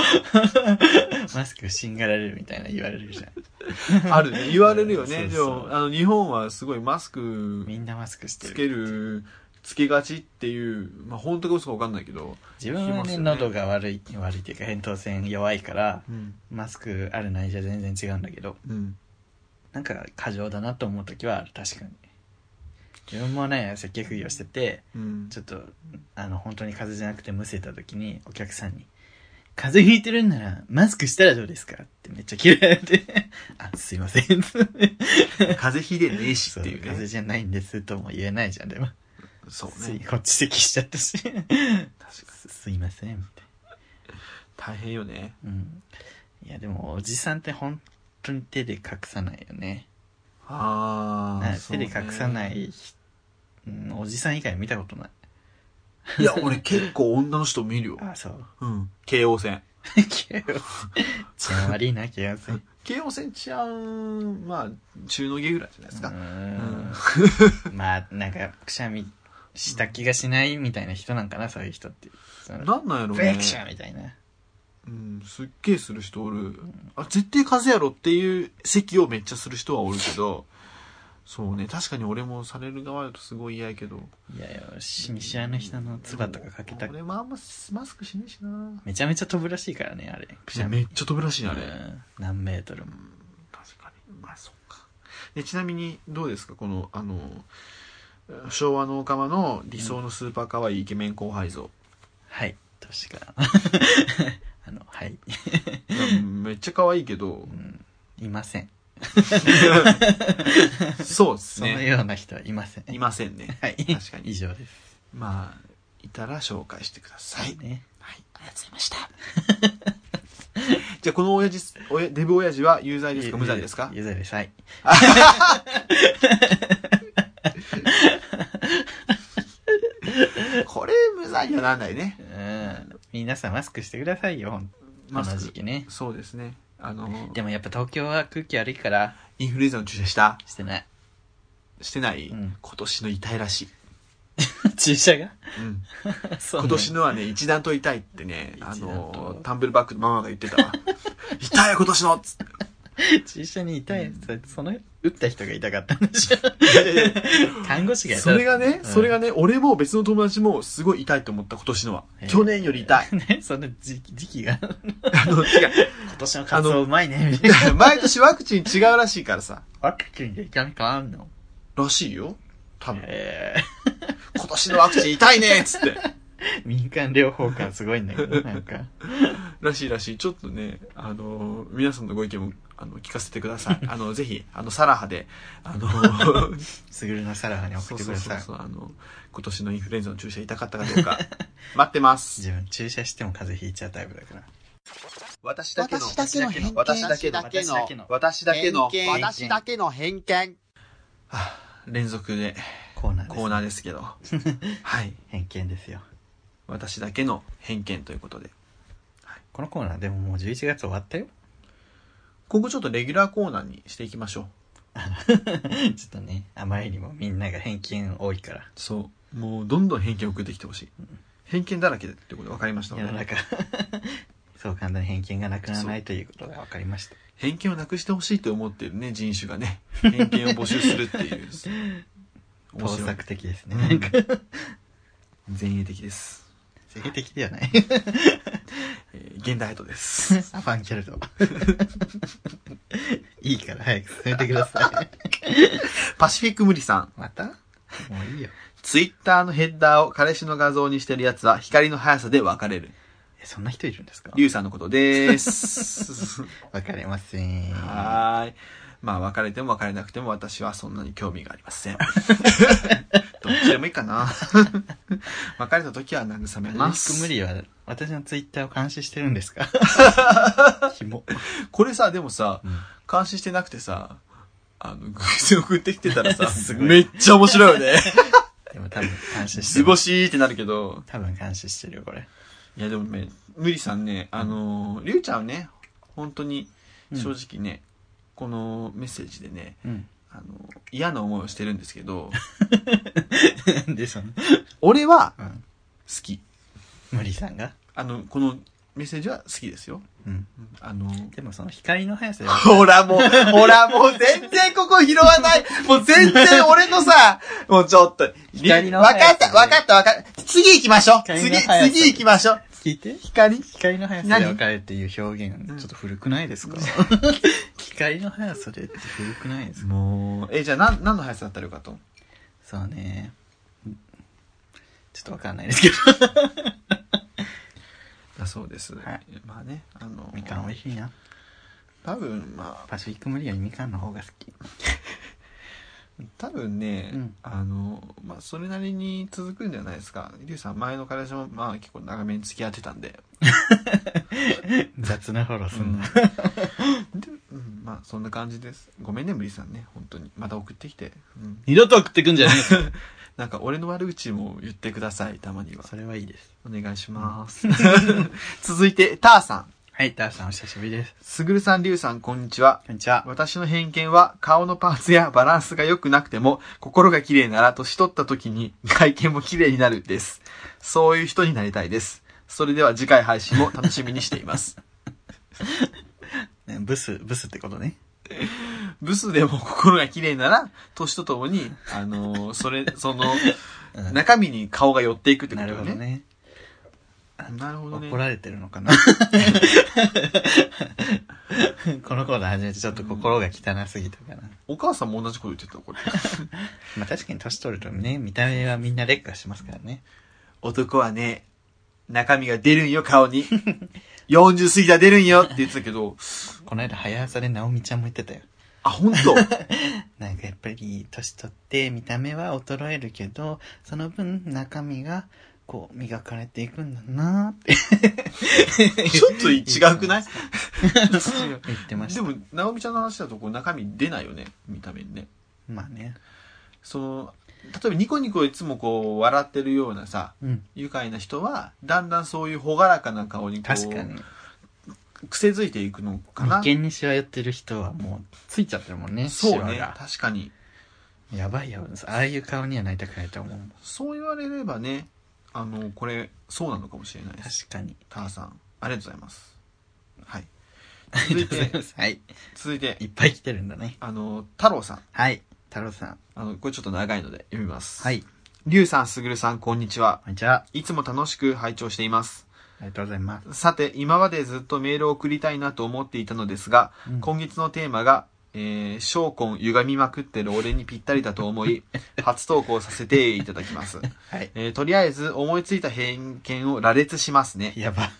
[SPEAKER 1] マスク不審がられるみたいな言われるじゃん。
[SPEAKER 2] あるね。言われるよ
[SPEAKER 1] う
[SPEAKER 2] ね。
[SPEAKER 1] ん
[SPEAKER 2] で
[SPEAKER 1] そうそう
[SPEAKER 2] も、あの、日本はすごいマスク
[SPEAKER 1] みんなマスクして
[SPEAKER 2] つ
[SPEAKER 1] る。
[SPEAKER 2] ける、つけがちっていう、まあ、本当か嘘かわかんないけど、
[SPEAKER 1] 自分
[SPEAKER 2] 聞き
[SPEAKER 1] は
[SPEAKER 2] ます
[SPEAKER 1] ね、
[SPEAKER 2] よね
[SPEAKER 1] 喉が悪い、悪いっていうか、扁桃腺弱いから、マスクあるないじゃ全然違うんだけど、
[SPEAKER 2] うん。
[SPEAKER 1] なんか過剰だなと思う時はある確かに自分もね接客業してて
[SPEAKER 2] うん
[SPEAKER 1] ちょっとあの本当に風邪じゃなくてむせた時にお客さんに「風邪ひいてるんならマスクしたらどうですか?」ってめっちゃ嫌われて「あすいません」
[SPEAKER 2] 風邪ひでねえし
[SPEAKER 1] そ
[SPEAKER 2] っ
[SPEAKER 1] う
[SPEAKER 2] て
[SPEAKER 1] 風
[SPEAKER 2] いうね
[SPEAKER 1] 邪じゃないんですとも言えないじゃんでも
[SPEAKER 2] そう
[SPEAKER 1] つい
[SPEAKER 2] ね
[SPEAKER 1] こっち席しちゃったし
[SPEAKER 2] 確かに
[SPEAKER 1] すすいませんみたい
[SPEAKER 2] 大変よね
[SPEAKER 1] なうんいやでもおじさんって本当に手で隠さないよね
[SPEAKER 2] あ
[SPEAKER 1] な
[SPEAKER 2] あ
[SPEAKER 1] 手で隠さないい、うん、おじさん以外見たことない
[SPEAKER 2] いや俺結構女の人見 るよ
[SPEAKER 1] あそう
[SPEAKER 2] うん京王線
[SPEAKER 1] 慶応線悪いな慶応線
[SPEAKER 2] 京王線治安まあ中の下ぐらいじゃないです
[SPEAKER 1] う
[SPEAKER 2] か、
[SPEAKER 1] ーん まあなんかくしゃみした気がしないみたいな人なんかなそういう人ってその
[SPEAKER 2] なんなんやろ
[SPEAKER 1] ブ
[SPEAKER 2] う
[SPEAKER 1] レ
[SPEAKER 2] ね
[SPEAKER 1] ークシャーみたいな
[SPEAKER 2] うん、すっげえする人おる。あ、絶対風邪やろっていう咳をめっちゃする人はおるけど、そうね、確かに俺もされる側だとすごい嫌やけど。
[SPEAKER 1] いやよし見知らぬ人の唾とかかけた
[SPEAKER 2] 俺もあんまマスクしねえしな。
[SPEAKER 1] めちゃめちゃ飛ぶらしいからねあれく
[SPEAKER 2] い
[SPEAKER 1] し
[SPEAKER 2] や
[SPEAKER 1] ゃ
[SPEAKER 2] め
[SPEAKER 1] み
[SPEAKER 2] っちゃ飛ぶらしいな、あれ。
[SPEAKER 1] うん何メートルも
[SPEAKER 2] 確かに。まあ、そっか。で、ちなみに、どうですかこの、あの、昭和のオカマの理想のスーパー可愛いイケメン後輩 像。
[SPEAKER 1] はい確か あのはい、
[SPEAKER 2] うんめっちゃ可愛いけど
[SPEAKER 1] う、ん、いません
[SPEAKER 2] そうです
[SPEAKER 1] その
[SPEAKER 2] ね。
[SPEAKER 1] ような人はいません
[SPEAKER 2] いませんね。
[SPEAKER 1] はい
[SPEAKER 2] 確か に
[SPEAKER 1] 以上です
[SPEAKER 2] まあ、いたら紹介してください。
[SPEAKER 1] ね
[SPEAKER 2] はい、ありがとうございました。 じゃあ、この親父、親デブ親父は有罪ですか無罪ですか
[SPEAKER 1] ゆゆずですはい
[SPEAKER 2] これ無罪にはならないね
[SPEAKER 1] う。ん皆さんマスクしてくださいよこ
[SPEAKER 2] マ
[SPEAKER 1] の
[SPEAKER 2] ス
[SPEAKER 1] 時
[SPEAKER 2] ク。
[SPEAKER 1] 期ね
[SPEAKER 2] そうですね。あの、
[SPEAKER 1] でもやっぱ東京は空気悪いから
[SPEAKER 2] インフルエンザの注射した
[SPEAKER 1] して ない。
[SPEAKER 2] してない、
[SPEAKER 1] うん
[SPEAKER 2] 今年の痛いらしい。
[SPEAKER 1] 注射が
[SPEAKER 2] うん
[SPEAKER 1] そうね
[SPEAKER 2] 今年のはね、一段と痛いって ね、あ
[SPEAKER 1] 一段
[SPEAKER 2] の
[SPEAKER 1] と、
[SPEAKER 2] タンブルバックのママが言ってた わ。痛いよ、今年のっつって
[SPEAKER 1] 注射に痛い、その、打った人が痛かったんでし ょ。看護師が痛
[SPEAKER 2] それがね、
[SPEAKER 1] うん
[SPEAKER 2] それがね、俺も別の友達もすごい痛いと思った、今年のは。去年より痛 い。。
[SPEAKER 1] ね、その時期時期 が。
[SPEAKER 2] あの、違う。
[SPEAKER 1] 今年の活動うまいね、み たいな。
[SPEAKER 2] 毎年ワクチン違うらしいからさ。
[SPEAKER 1] ワクチンで痛み変わんの
[SPEAKER 2] らしいよ。多分。
[SPEAKER 1] え
[SPEAKER 2] 今年のワクチン痛いねっつって。
[SPEAKER 1] ー、民間療法感すごいんだけど、なんか。
[SPEAKER 2] らしいらしい。ちょっとね、あの、皆さんのご意見も、あの、聞かせてください。あの、ぜひ、あの、サラハで、あの、
[SPEAKER 1] すぐるのサラハに送
[SPEAKER 2] そう
[SPEAKER 1] って
[SPEAKER 2] そ
[SPEAKER 1] く
[SPEAKER 2] う
[SPEAKER 1] ださ
[SPEAKER 2] そう
[SPEAKER 1] い。
[SPEAKER 2] そう、あの、今年のインフルエンザの注射痛かったかどうか、待ってます。
[SPEAKER 1] 自分注射しても風邪ひいちゃうタイプだから。
[SPEAKER 2] 私
[SPEAKER 3] だけの私だけの
[SPEAKER 2] 私だけの、
[SPEAKER 3] だけの
[SPEAKER 2] 私だけの、
[SPEAKER 3] 偏見私だけの偏見
[SPEAKER 2] 連続で
[SPEAKER 1] コーナーです。
[SPEAKER 2] コーナーですけど、はい。
[SPEAKER 1] 偏見ですよ。
[SPEAKER 2] 私だけの偏見ということで。
[SPEAKER 1] このコーナーでももう11月終わったよ。
[SPEAKER 2] 今後ちょっとレギュラーコーナーにしていきましょ う。
[SPEAKER 1] ちょっとね、あまりにもみんなが偏見多いから。
[SPEAKER 2] そう。もうどんどん偏見送ってきてほしい。偏見だらけだってこと分かりました
[SPEAKER 1] 世
[SPEAKER 2] の
[SPEAKER 1] の
[SPEAKER 2] で、
[SPEAKER 1] 中 そう簡単に偏見がなくならないということが分かりました
[SPEAKER 2] 偏見をなくしてほしいと思っているね、人種がね、偏見を募集するっていう。 面
[SPEAKER 1] 盗
[SPEAKER 2] 白い
[SPEAKER 1] 作。的ですね、
[SPEAKER 2] うん
[SPEAKER 1] なんか
[SPEAKER 2] 前衛的です。
[SPEAKER 1] 性的では ない
[SPEAKER 2] えー現代アートです。
[SPEAKER 1] アファンキャルド いいから早く進めてください
[SPEAKER 2] パシフィック無理さん。
[SPEAKER 1] またもういいよ
[SPEAKER 2] ツイッターのヘッダーを彼氏の画像にしてるやつは光の速さで分かれる。
[SPEAKER 1] えそんな人いるんですか
[SPEAKER 2] リュウさんのことです。
[SPEAKER 1] 分かりません
[SPEAKER 2] はーい。まあ、別れても別れなくても私はそんなに興味がありま せん。どっちでもいいかな。 別れた時は慰め
[SPEAKER 1] マ
[SPEAKER 2] ま
[SPEAKER 1] スク無
[SPEAKER 2] す。
[SPEAKER 1] 理は私のツイッターを監視してるんです かひも、
[SPEAKER 2] これさ、でもさ、監視してなくてさ、あの、偶然送ってきてたら さ
[SPEAKER 1] す、ごい
[SPEAKER 2] めっちゃ面白いよ ね。
[SPEAKER 1] でも多分監視して
[SPEAKER 2] 図
[SPEAKER 1] る
[SPEAKER 2] 星ってなるけど。
[SPEAKER 1] 多分監視してるよこれ
[SPEAKER 2] いや、でもね、無理さんね、あのー、りゅうちゃんね、本当に、正直ね、このメッセージでね、
[SPEAKER 1] うん
[SPEAKER 2] あの、嫌な思いをしてるんですけど、
[SPEAKER 1] でその、
[SPEAKER 2] 俺は
[SPEAKER 1] うん、
[SPEAKER 2] 好き。
[SPEAKER 1] 無理さんが
[SPEAKER 2] あの、このメッセージは好きですよ。
[SPEAKER 1] うん
[SPEAKER 2] あの、
[SPEAKER 1] でもその光の速さで
[SPEAKER 2] ほらもう、ほらもう全然ここ拾わない。もう全然俺のさ、もうちょっと。
[SPEAKER 1] 光の
[SPEAKER 2] わ
[SPEAKER 1] 速さ
[SPEAKER 2] かった、わかった、わかった。次行きましょう。
[SPEAKER 1] 光
[SPEAKER 2] 次、
[SPEAKER 1] の速さ
[SPEAKER 2] 次行きましょう。
[SPEAKER 1] 聞いて
[SPEAKER 2] 光
[SPEAKER 1] 光の速さで
[SPEAKER 2] 何
[SPEAKER 1] 分かれっていう表現、ち
[SPEAKER 2] う
[SPEAKER 1] ょ
[SPEAKER 2] ん
[SPEAKER 1] っと古くないです か光の速さでって古くないですか
[SPEAKER 2] もう、え、じゃあ、なん、何の速さだったらよかと
[SPEAKER 1] そうね。ちょっと分かんないですけど。
[SPEAKER 2] だそうです。
[SPEAKER 1] はい
[SPEAKER 2] まあね、あの、
[SPEAKER 1] みかん美味しいな。
[SPEAKER 2] 多分、まあ、
[SPEAKER 1] パシフィック無理よりみかんの方が好き。
[SPEAKER 2] 多分ね、
[SPEAKER 1] うん
[SPEAKER 2] あの、まあ、それなりに続くんじゃないですか。リュウさん、前の彼氏も、まあ、結構長めに付き合ってたんで。
[SPEAKER 1] 雑なフォローす
[SPEAKER 2] うんん
[SPEAKER 1] な。
[SPEAKER 2] で、うん、まあ、そんな感じです。ごめんね、無理さんね、本当に。また送ってきて。うん
[SPEAKER 1] 二度と送ってくんじゃねえ
[SPEAKER 2] なんか、俺の悪口も言ってください、たまに は。
[SPEAKER 1] それはいいです。
[SPEAKER 2] お願いし ます。続いて、ターさん。
[SPEAKER 1] はい、ダーさんお久しぶりです。
[SPEAKER 2] すぐるさん、りゅうさん、こんにちは。
[SPEAKER 1] こんにちは。
[SPEAKER 2] 私の偏見は、顔のパーツやバランスが良くなくても、心が綺麗なら、年取った時に外見も綺麗になるです。そういう人になりたいです。それでは次回配信も楽しみにしています。
[SPEAKER 1] ねブス、ブスってことね。
[SPEAKER 2] ブスでも心が綺麗なら、年とともに、あのーそ れ、その、
[SPEAKER 1] うん
[SPEAKER 2] 中身に顔が寄っていくってこ
[SPEAKER 1] な
[SPEAKER 2] と
[SPEAKER 1] る
[SPEAKER 2] よ
[SPEAKER 1] ほど
[SPEAKER 2] ね。
[SPEAKER 1] ね。
[SPEAKER 2] なるほどね。
[SPEAKER 1] 怒られてるの かなこのコーナー始めてちょっと心が汚すぎたかな。
[SPEAKER 2] お母さんも同じこと言って た、これ。
[SPEAKER 1] まあ確かに年取るとね、見た目はみんな劣化しますからね。
[SPEAKER 2] 男はね、中身が出るんよ、顔に。40過ぎたら出るんよって言ってたけど、
[SPEAKER 1] この間早朝で直美ちゃんも言ってたよ。
[SPEAKER 2] あ、本 当
[SPEAKER 1] なんかやっぱり年取って見た目は衰えるけど、その分中身がこう磨かれていくんだなーって
[SPEAKER 2] ちょっと違くない
[SPEAKER 1] 言ってまし
[SPEAKER 2] で
[SPEAKER 1] た。
[SPEAKER 2] も、直美ちゃんの話だと、こう、中身出ないよね、見た目にね。
[SPEAKER 1] まあね。
[SPEAKER 2] その、例えばニコニコいつもこう、笑ってるようなさ、
[SPEAKER 1] うん。
[SPEAKER 2] 愉快な人は、だんだんそういう朗らかな顔にこう、
[SPEAKER 1] 確かに。
[SPEAKER 2] 癖づいていくのかな。
[SPEAKER 1] 眉間にシワ寄ってる人はもうついちゃってるもんね。
[SPEAKER 2] そ
[SPEAKER 1] シ
[SPEAKER 2] う
[SPEAKER 1] ワ
[SPEAKER 2] ね
[SPEAKER 1] が。
[SPEAKER 2] 確かに。
[SPEAKER 1] やばいよ。ああいう顔にはなりたくないと思う。
[SPEAKER 2] そう言われればね、あの、これ、そうなのかもしれないです。
[SPEAKER 1] 確かに。
[SPEAKER 2] ターさん、ありがとうございます。 はい。
[SPEAKER 1] ありが
[SPEAKER 2] 続
[SPEAKER 1] とうご
[SPEAKER 2] い
[SPEAKER 1] ざい
[SPEAKER 2] て
[SPEAKER 1] ま、す。 はい。
[SPEAKER 2] 続いて
[SPEAKER 1] い、っぱい来てるんだね。
[SPEAKER 2] あの、太郎さん。
[SPEAKER 1] はい。太郎さん。
[SPEAKER 2] あの、これちょっと長いので読みます。
[SPEAKER 1] は。い。
[SPEAKER 2] りゅうさん、すぐるさん、こんにちは。
[SPEAKER 1] こんにちは。
[SPEAKER 2] いつも楽しく拝聴しています。
[SPEAKER 1] ありがとうございます。
[SPEAKER 2] さて、今までずっとメールを送りたいなと思っていたのですが、
[SPEAKER 1] うん
[SPEAKER 2] 今月のテーマが、えー、昇魂歪みまくってる俺にぴったりだと 思い、初投稿させていただきます。
[SPEAKER 1] はい。
[SPEAKER 2] えー、とりあえず、思いついた偏見を羅列しますね。
[SPEAKER 1] やば。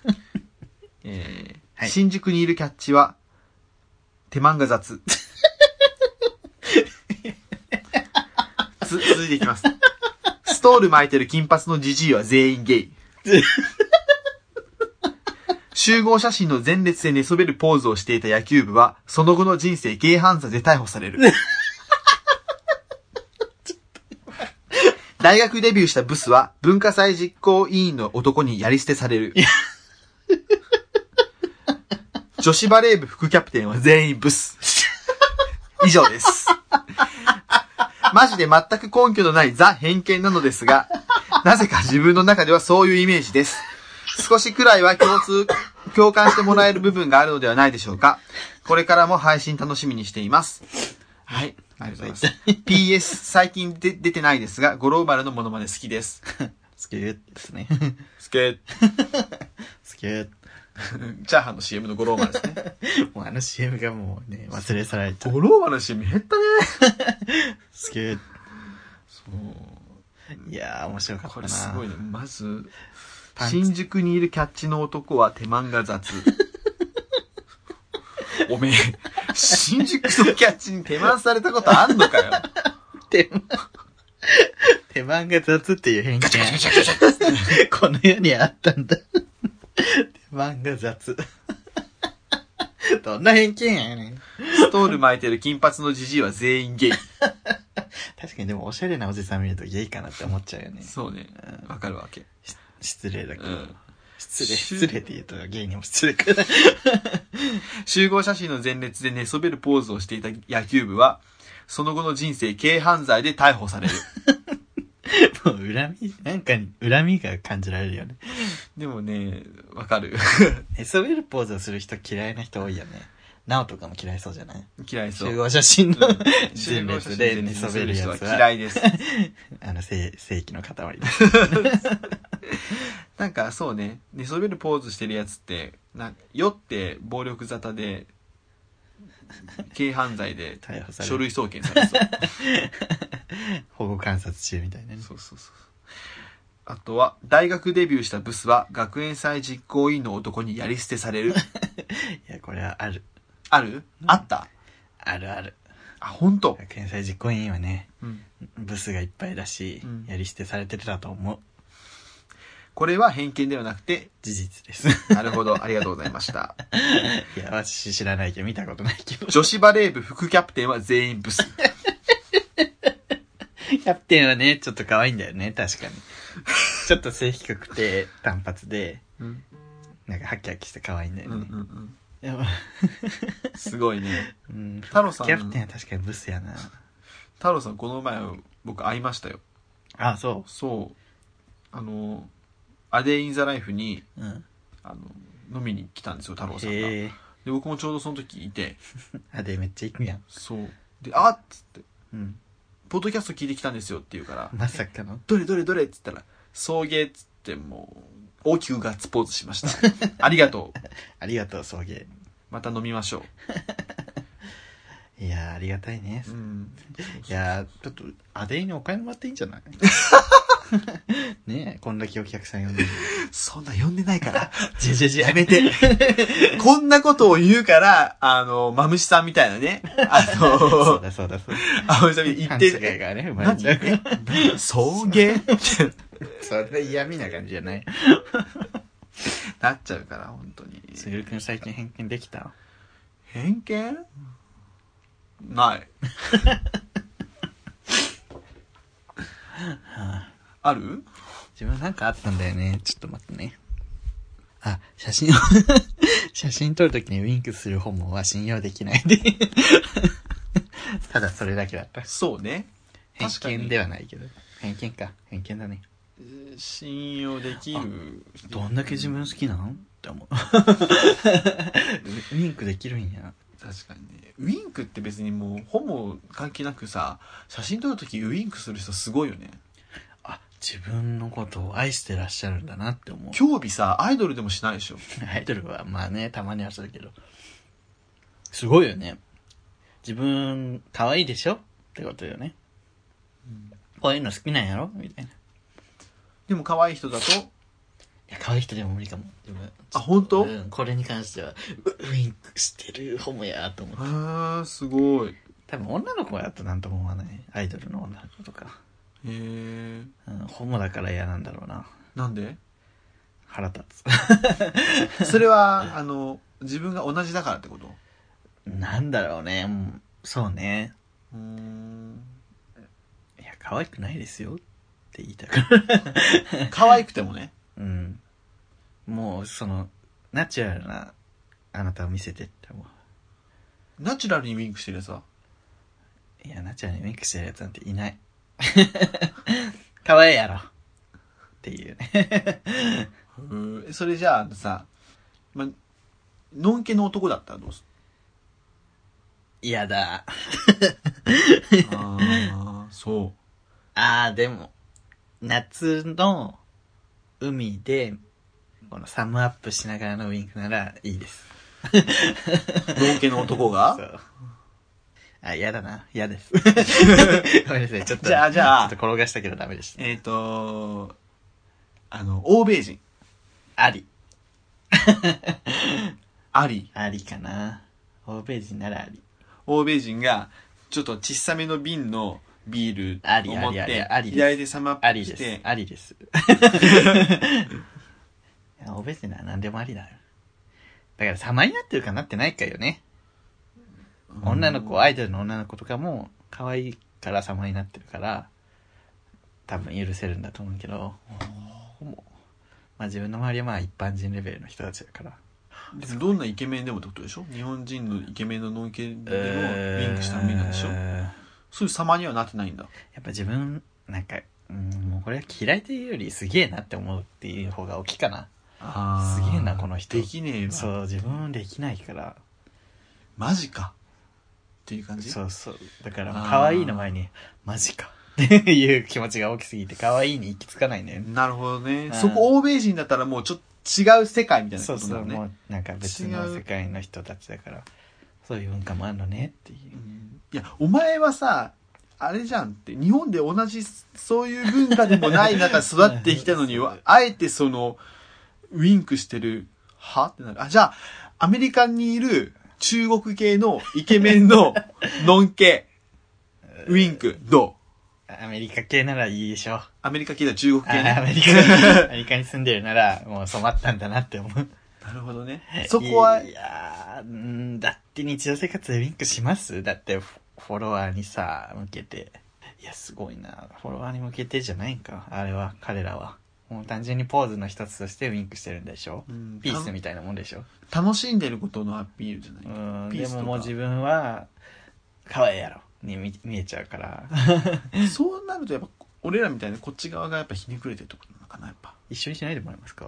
[SPEAKER 2] えー
[SPEAKER 1] はい
[SPEAKER 2] 新宿にいるキャッチは、手間が雑。つ、続いていきます。ストール巻いてる金髪のジジイは全員ゲイ。集合写真の前列で寝そべるポーズをしていた野球部は、その後の人生、ゲイ犯罪で逮捕される。大学デビューしたブスは、文化祭実行委員の男にやり捨てされる。女子バレー部副キャプテンは全員ブス。以上です。マジで全く根拠のないザ偏見なのですが、なぜか自分の中ではそういうイメージです。少しくらいは共通、共感してもらえる部分があるのではないでしょうか。これからも配信楽しみにしています。はい。ありがとうございます。PS、最近で出てないですが、グローバルのモノマネ好きです。
[SPEAKER 1] スキューッです ね。
[SPEAKER 2] スケ
[SPEAKER 1] スキューッ。
[SPEAKER 2] チャーハンの CM のゴローバルですね。
[SPEAKER 1] もうあの CM がもうね、忘れ去られた。
[SPEAKER 2] ゴローバルの CM 減ったね。
[SPEAKER 1] すげえ。
[SPEAKER 2] そう。
[SPEAKER 1] いやー、面白かったな。
[SPEAKER 2] これすごいね。まず、
[SPEAKER 1] パンチ
[SPEAKER 2] 新宿にいるキャッチの男は手間が雑。 おめえ、新宿のキャッチに手間されたことあんのかよ。
[SPEAKER 1] 手間、手間が雑っていう偏見。この世にあったんだ。手間が雑。どんな偏見やねん。
[SPEAKER 2] ストール巻いてる金髪のジジイは全員ゲイ。
[SPEAKER 1] 確かにでもおしゃれなおじさん見るとゲイかなって思っちゃうよね。
[SPEAKER 2] そうね。わかるわけ。
[SPEAKER 1] し失礼だけ
[SPEAKER 2] う
[SPEAKER 1] ど。
[SPEAKER 2] ん。
[SPEAKER 1] 失礼、
[SPEAKER 2] しゅ
[SPEAKER 1] 失礼って言うとゲイにも失礼かな。
[SPEAKER 2] 集合写真の前列で寝そべるポーズをしていた野球部は、その後の人生、軽犯罪で逮捕される。
[SPEAKER 1] もう恨み、なんかに恨みが感じられるよね。
[SPEAKER 2] でもね、わかる。
[SPEAKER 1] 寝そべるポーズをする人嫌いな人多いよね。なおとかも嫌いそうじゃない
[SPEAKER 2] 嫌いそう。
[SPEAKER 1] 集合写真の
[SPEAKER 2] うん
[SPEAKER 1] 前列 で寝そべるやつ
[SPEAKER 2] 嫌
[SPEAKER 1] は、
[SPEAKER 2] いです。
[SPEAKER 1] あの、正正規の塊です。
[SPEAKER 2] なんかそうね寝そべるポーズしてるやつってなんか酔って暴力沙汰で軽犯罪で
[SPEAKER 1] 逮捕される
[SPEAKER 2] 書類送検されそう
[SPEAKER 1] 保護観察中みたい なね。
[SPEAKER 2] そうそうそうそうあとは大学デビューしたブスは学園祭実行委員の男にやり捨てされる
[SPEAKER 1] いや、これはある。
[SPEAKER 2] あるあった
[SPEAKER 1] あるある。
[SPEAKER 2] あ本当
[SPEAKER 1] 検査実行委員はね、
[SPEAKER 2] うん
[SPEAKER 1] ブスがいっぱいだし、
[SPEAKER 2] うん
[SPEAKER 1] やり捨てされてたと思う。
[SPEAKER 2] これは偏見ではなくて
[SPEAKER 1] 事実 です。
[SPEAKER 2] なるほどありがとうござい ました
[SPEAKER 1] いや、私知らないけど、見たことないけど。
[SPEAKER 2] 女子バレー部副キャプテンは全員ブス
[SPEAKER 1] キ ャプテンはね、ちょっと可愛いんだよね、確かに。ちょっと背低くて、単発で、
[SPEAKER 2] うん
[SPEAKER 1] なんかハキハキして可愛いんだ
[SPEAKER 2] う
[SPEAKER 1] よ
[SPEAKER 2] んうんう
[SPEAKER 1] ね。
[SPEAKER 2] ん
[SPEAKER 1] でも
[SPEAKER 2] すごいね
[SPEAKER 1] うん、
[SPEAKER 2] 太郎さん
[SPEAKER 1] キャプテンは確かにブスやな。
[SPEAKER 2] 太郎さんこの前僕会いましたよ
[SPEAKER 1] あ、そ
[SPEAKER 2] そうあの「アデイ・イン・ザ・ライフに」
[SPEAKER 1] う。うん。
[SPEAKER 2] あの飲みに来たんですよ太郎さんがで
[SPEAKER 1] へえ。
[SPEAKER 2] 僕もちょうどその時いて
[SPEAKER 1] あ、で、めっちゃ行くやん。
[SPEAKER 2] そうで「あっ!」つって
[SPEAKER 1] うん。
[SPEAKER 2] 「ポッドキャスト聞いてきたんですよ」って言うから
[SPEAKER 1] まさかの。
[SPEAKER 2] どれどれどれっつったら、送迎っつってもう、大きくガッツポーズしました。 ありがとう。
[SPEAKER 1] ありがとう、送迎。
[SPEAKER 2] また飲みましょ
[SPEAKER 1] いやー、ありがたいね
[SPEAKER 2] う。。うん。
[SPEAKER 1] いやー、ちょっと、アデイにお金もらっていいんじゃ ないねえ、こんだけお客さん呼 んでる。
[SPEAKER 2] そんな呼んでないから。
[SPEAKER 1] じゃじゃじゃ、
[SPEAKER 2] やめて。 こんなことを言うから、あの、マムシさんみたいなね。あ
[SPEAKER 1] そう
[SPEAKER 2] の、
[SPEAKER 1] だそうだそうだ。
[SPEAKER 2] マムシさんみたい
[SPEAKER 1] 勘
[SPEAKER 2] に
[SPEAKER 1] 違
[SPEAKER 2] 言って
[SPEAKER 1] い、がね、生まれ
[SPEAKER 2] 何
[SPEAKER 1] ちゃうから。
[SPEAKER 2] え送迎って
[SPEAKER 1] そんな嫌味な感じじゃない。
[SPEAKER 2] なっちゃうから、本当に。
[SPEAKER 1] すぐるくん最近偏見できた
[SPEAKER 2] 偏見 ない。ある
[SPEAKER 1] 自分なんかあったんだよね。ちょっと待ってね。あ、写真を、 写真撮るときにウィンクするホモは信用できないで。 ただそれだけだった。
[SPEAKER 2] そうね。確かに
[SPEAKER 1] 偏見ではないけど。偏見か。偏見だね。
[SPEAKER 2] 信用できる
[SPEAKER 1] どんだけ自分好きなんって思う。ウィンクできるんや。
[SPEAKER 2] 確かにねウィンクって別にもうほぼ関係なくさ写真撮るときウィンクする人すごいよね
[SPEAKER 1] あ、自分のことを愛してらっしゃるんだなって思う。
[SPEAKER 2] 興味さアイドルでもしないでしょ
[SPEAKER 1] アイドルはまあね、たまにはするけど。すごいよね。自分、可愛いでしょってことよね。こういうの好きなんやろみたいな。い
[SPEAKER 2] でも可愛い人だと
[SPEAKER 1] や、可愛い人でも無理かも。自分
[SPEAKER 2] あ本当
[SPEAKER 1] うん、これに関しては、ウウィンクしてるホモやと思う。
[SPEAKER 2] へえすごいへ
[SPEAKER 1] 多分女の子やとなんとも思わない。アイドルの女の子とか。
[SPEAKER 2] え
[SPEAKER 1] うん、ホモだから嫌なんだろうな。
[SPEAKER 2] なん で
[SPEAKER 1] 腹立つ。
[SPEAKER 2] それはあの自分が同じだからってこと
[SPEAKER 1] なんだろうね。うんそうね。
[SPEAKER 2] うーん
[SPEAKER 1] いや、可愛くないですよって言いたから。
[SPEAKER 2] 可愛くてもね
[SPEAKER 1] うん。もう、その、ナチュラルな、あなたを見せてって思う。
[SPEAKER 2] ナチュラルにウィンクしてるやつはい
[SPEAKER 1] や、ナチュラルにメイクしてるやつなんていない。可愛いやろ。っていうね。
[SPEAKER 2] へえそれじゃあさまのんけの男だったらどうする
[SPEAKER 1] 嫌だ。
[SPEAKER 2] ああ、そ
[SPEAKER 1] あー、でも、夏の海で、このサムアップしながらのウィンクならいいです。
[SPEAKER 2] う。脳系の男
[SPEAKER 1] そ
[SPEAKER 2] が
[SPEAKER 1] うあ、嫌だな。嫌 です。ごめんなさい。ちょっと、
[SPEAKER 2] じゃあじゃ
[SPEAKER 1] ち
[SPEAKER 2] あ
[SPEAKER 1] ょっと転がしたけどダメでした。
[SPEAKER 2] えっ、とあの、欧米人。
[SPEAKER 1] あり。
[SPEAKER 2] あり。
[SPEAKER 1] ありかな。ホームページならあり。
[SPEAKER 2] 欧米人が、ちょっと小さめの瓶のビー
[SPEAKER 1] あ
[SPEAKER 2] ル
[SPEAKER 1] り
[SPEAKER 2] を持っ
[SPEAKER 1] ありあり
[SPEAKER 2] て
[SPEAKER 1] あ、りです
[SPEAKER 2] 左でサマ
[SPEAKER 1] あ
[SPEAKER 2] ップ
[SPEAKER 1] り
[SPEAKER 2] し
[SPEAKER 1] です
[SPEAKER 2] て。、
[SPEAKER 1] あり です。いや、お別になら何でもありだよ。だから様になってるかなってないかよね。女の子、アイドルの女の子とかも、可愛いから様になってるから、多分許せるんだと思うけど、ほぼまあ自分の周りはまあ一般人レベルの人たちだから。
[SPEAKER 2] 別にどんなイケメンでもってことでしょ日本人のイケメンの脳系でも、ウィンクした瓶なんでしょ
[SPEAKER 1] うーん
[SPEAKER 2] そういう様にはなってないんだ。
[SPEAKER 1] やっぱ自分、なんか、うん、もうこれは嫌いというよりすげえなって思うっていう方が大きいかな。
[SPEAKER 2] あ
[SPEAKER 1] すげえなこの人
[SPEAKER 2] できねえ
[SPEAKER 1] そ
[SPEAKER 2] わ。
[SPEAKER 1] う、自分できないから。
[SPEAKER 2] マジか。っていう感じ
[SPEAKER 1] そうそう。だから、
[SPEAKER 2] あー
[SPEAKER 1] 可愛いの前に、マジかっていう気持ちが大きすぎて、可愛いに行き着かないんだよね。
[SPEAKER 2] なるほどね。
[SPEAKER 1] うん
[SPEAKER 2] そこ欧米人だったらもうちょっと違う世界みたいな
[SPEAKER 1] そ
[SPEAKER 2] こ
[SPEAKER 1] う
[SPEAKER 2] とだ
[SPEAKER 1] そ
[SPEAKER 2] よ
[SPEAKER 1] う、も
[SPEAKER 2] ね。
[SPEAKER 1] うなんか別の世界の人たちだから、そういう文化もあるのねっていう
[SPEAKER 2] う。んいや、お前はさ、あれじゃんって、日本で同じ、そういう文化でもない中育ってきたの に
[SPEAKER 1] そう、
[SPEAKER 2] あえてその、ウィンクしてる、はってなる。あ、じゃあ、アメリカにいる中国系のイケメンの ノン系、ウィンク、どう
[SPEAKER 1] アメリカ系ならいいでしょ。
[SPEAKER 2] アメリカ系だ、中国系
[SPEAKER 1] あアメ
[SPEAKER 2] ね。
[SPEAKER 1] リ カ、アメリカに住んでるなら、もう染まったんだなって思う。、
[SPEAKER 2] なるほどね。そこはい
[SPEAKER 1] やー、うんだって日常生活でウィンクしますだってフフォロワーにさ、向けて。いや、すごいな。フォロワーに向けてじゃないんか。あれは、彼らは。もう単純にポーズの一つとしてウィンクしてるんでしょ
[SPEAKER 2] うん
[SPEAKER 1] ピースみたいなもんでしょ
[SPEAKER 2] た楽しんでることのアピールじゃないうか。
[SPEAKER 1] ん、
[SPEAKER 2] ピー
[SPEAKER 1] で
[SPEAKER 2] スとか
[SPEAKER 1] ももう自分は、可愛いやろ。に見見えちゃうから。
[SPEAKER 2] そうなるとやっぱ俺らみたいなこっち側がやっぱひねくれてるところなのかなやっ ぱ
[SPEAKER 1] 一緒にしないでもらえますか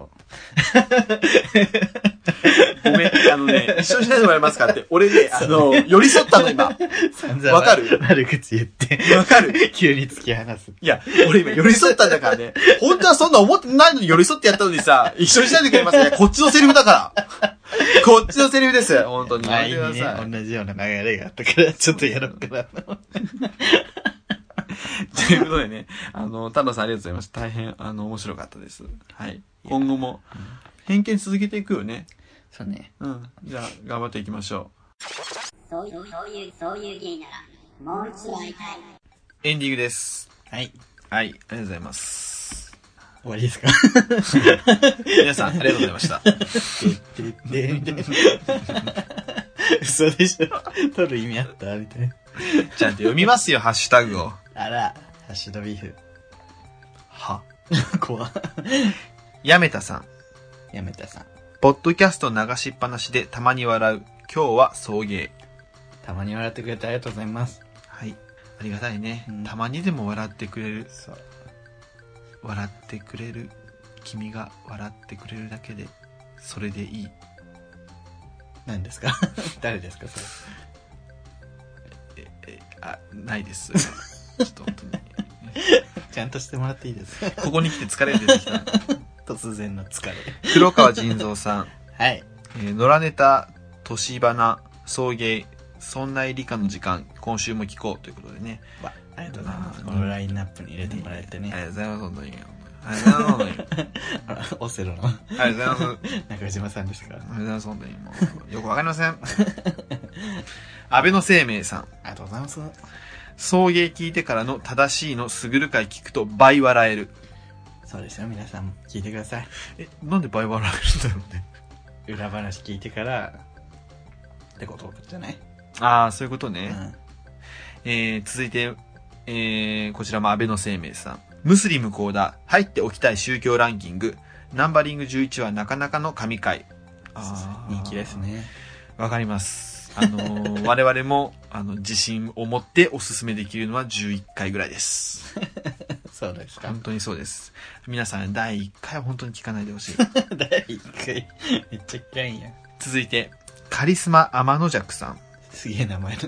[SPEAKER 2] ごめんあのね一緒にしないでもらえますかって俺ねあの寄り添ったの今わ
[SPEAKER 1] 散々
[SPEAKER 2] わかる
[SPEAKER 1] 悪口言って、
[SPEAKER 2] かる
[SPEAKER 1] 急に突き放す。
[SPEAKER 2] いや俺今寄り添ったんだからね本当はそんな思ってないのに寄り添ってやったのにさ一緒にしないでくれますかいやこっちのセリフだからこっちのセリフです本当に
[SPEAKER 1] 前に
[SPEAKER 2] やめてください
[SPEAKER 1] ね、同じような流れがあったから、ちょっとやろうかな。
[SPEAKER 2] ということでね、あの、太郎さんありがとうございました。大変、あの、面白かったです。はい。今後も、偏見続けていくよね。
[SPEAKER 1] そうね。
[SPEAKER 2] うん。じゃあ、頑張っていきましょ
[SPEAKER 4] そういう、そういう、そういう芸なら、もう一度会いたい。
[SPEAKER 2] う。エンディングです。
[SPEAKER 1] はい。
[SPEAKER 2] はい。ありがとうございます。
[SPEAKER 1] 終わりですか
[SPEAKER 2] 皆さん、ありがとうございま した。
[SPEAKER 1] で、で、で、嘘でしょ取る意味あったみたいな。
[SPEAKER 2] ちゃんと読みますよ、ハッシュタグを。
[SPEAKER 1] あら、ハッシュドビーフ。
[SPEAKER 2] は。
[SPEAKER 1] 怖
[SPEAKER 2] やめたさん。
[SPEAKER 1] やめたさん。
[SPEAKER 2] ポッドキャスト流しっぱなしでたまに笑う。今日は送迎。
[SPEAKER 1] たまに笑ってくれてありがとうございます。
[SPEAKER 2] はい。ありがたいね
[SPEAKER 1] うん。
[SPEAKER 2] たまにでも笑ってくれる。
[SPEAKER 1] そう。
[SPEAKER 2] 笑ってくれる。君が笑ってくれるだけで、それでいい。
[SPEAKER 1] 何ですか誰ですかそれ。
[SPEAKER 2] え、あ、ないです。ちょっと本当に。
[SPEAKER 1] ちゃんとしてもらっていいですか
[SPEAKER 2] ここに来て疲れ出てきた。
[SPEAKER 1] 突然の疲れ。
[SPEAKER 2] 黒川仁蔵さん。
[SPEAKER 1] はい。
[SPEAKER 2] えー、野良ネタ、年花、送迎、そんな理科の時間、今週も聞こうということでね。
[SPEAKER 1] わありがとうございます。
[SPEAKER 2] うん
[SPEAKER 1] このラインナップに入れてもらえて
[SPEAKER 2] ありがと
[SPEAKER 1] ね。
[SPEAKER 2] うございます、本当に。ありがとうございます、本当に。
[SPEAKER 1] あらオセロの
[SPEAKER 2] ありがとうございます。
[SPEAKER 1] 中島さんですか
[SPEAKER 2] ありがとうございます、本当に。もうよくわかりま せん。安倍の生命さん。
[SPEAKER 1] ありがとうございます。
[SPEAKER 2] 送迎聞いてからの正しいのすぐる会聞くと倍笑える。
[SPEAKER 1] そうですよ、皆さんも聞いてください。
[SPEAKER 2] え、なんで倍笑えるんだろうね。
[SPEAKER 1] 裏話聞いてから、ってことじゃない
[SPEAKER 2] ああ、そういうこと
[SPEAKER 1] う
[SPEAKER 2] ね。
[SPEAKER 1] ん。
[SPEAKER 2] えー続いて、えーこちらも安倍の生命さん。ムスリム講だ。入っておきたい宗教ランキング。ナンバリング11はなかなかの神回。あー
[SPEAKER 1] 人気です。ね。
[SPEAKER 2] わかります。あの ー我々も、あの、自信を持っておすすめできるのは11回ぐらいです。
[SPEAKER 1] そうですか
[SPEAKER 2] 本。当にそうです。皆さん、第1回は本当に聞かないでほしい。
[SPEAKER 1] 第1回。めっちゃ嫌いや。
[SPEAKER 2] 続いて、カリスマ天の弱さん。
[SPEAKER 1] すげえ名前だ。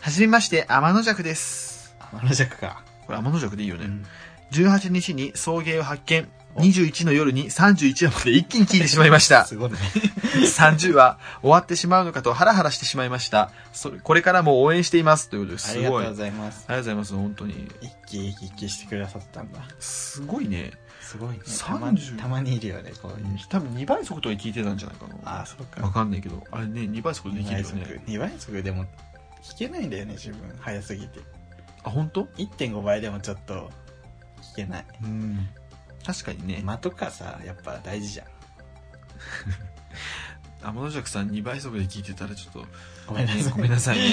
[SPEAKER 2] はじめまして、天の弱です。
[SPEAKER 1] 天の弱か。
[SPEAKER 2] これ天の弱でいいよね。
[SPEAKER 1] うん
[SPEAKER 2] 18日に送迎を発見。21の夜に31話まで一気に聞いてしまいました。
[SPEAKER 1] すごいね。
[SPEAKER 2] 30話、終わってしまうのかとハラハラしてしまいました。それこれからも応援しています。ということです。
[SPEAKER 1] あ
[SPEAKER 2] す
[SPEAKER 1] りがと
[SPEAKER 2] ご
[SPEAKER 1] う
[SPEAKER 2] い。あ
[SPEAKER 1] ご
[SPEAKER 2] りが
[SPEAKER 1] ざいます。
[SPEAKER 2] とうございます。本当に。
[SPEAKER 1] 一気一気してくださったんだ。
[SPEAKER 2] すごいね。
[SPEAKER 1] すごいね。たま
[SPEAKER 2] 30
[SPEAKER 1] たまにいるよね、こういう人。
[SPEAKER 2] 多分2倍速とかで聞いてたんじゃないか
[SPEAKER 1] ああ、
[SPEAKER 2] な。
[SPEAKER 1] そう
[SPEAKER 2] わ
[SPEAKER 1] か。
[SPEAKER 2] かんないけど。あれね、2倍速で
[SPEAKER 1] 2
[SPEAKER 2] でき
[SPEAKER 1] 倍
[SPEAKER 2] るよ
[SPEAKER 1] 速
[SPEAKER 2] ね。。
[SPEAKER 1] 2倍速でも、聞けないんだよね、自分。早すぎて。
[SPEAKER 2] あ、本当？
[SPEAKER 1] 1.5倍でもちょっと、聞けない。
[SPEAKER 2] うん。確かにね。
[SPEAKER 1] 間とかさ、やっぱ大事じゃん。
[SPEAKER 2] 天の尺さん2倍速で聞いてたらちょっと、
[SPEAKER 1] ごめんなさい。
[SPEAKER 2] ごめんなさいね。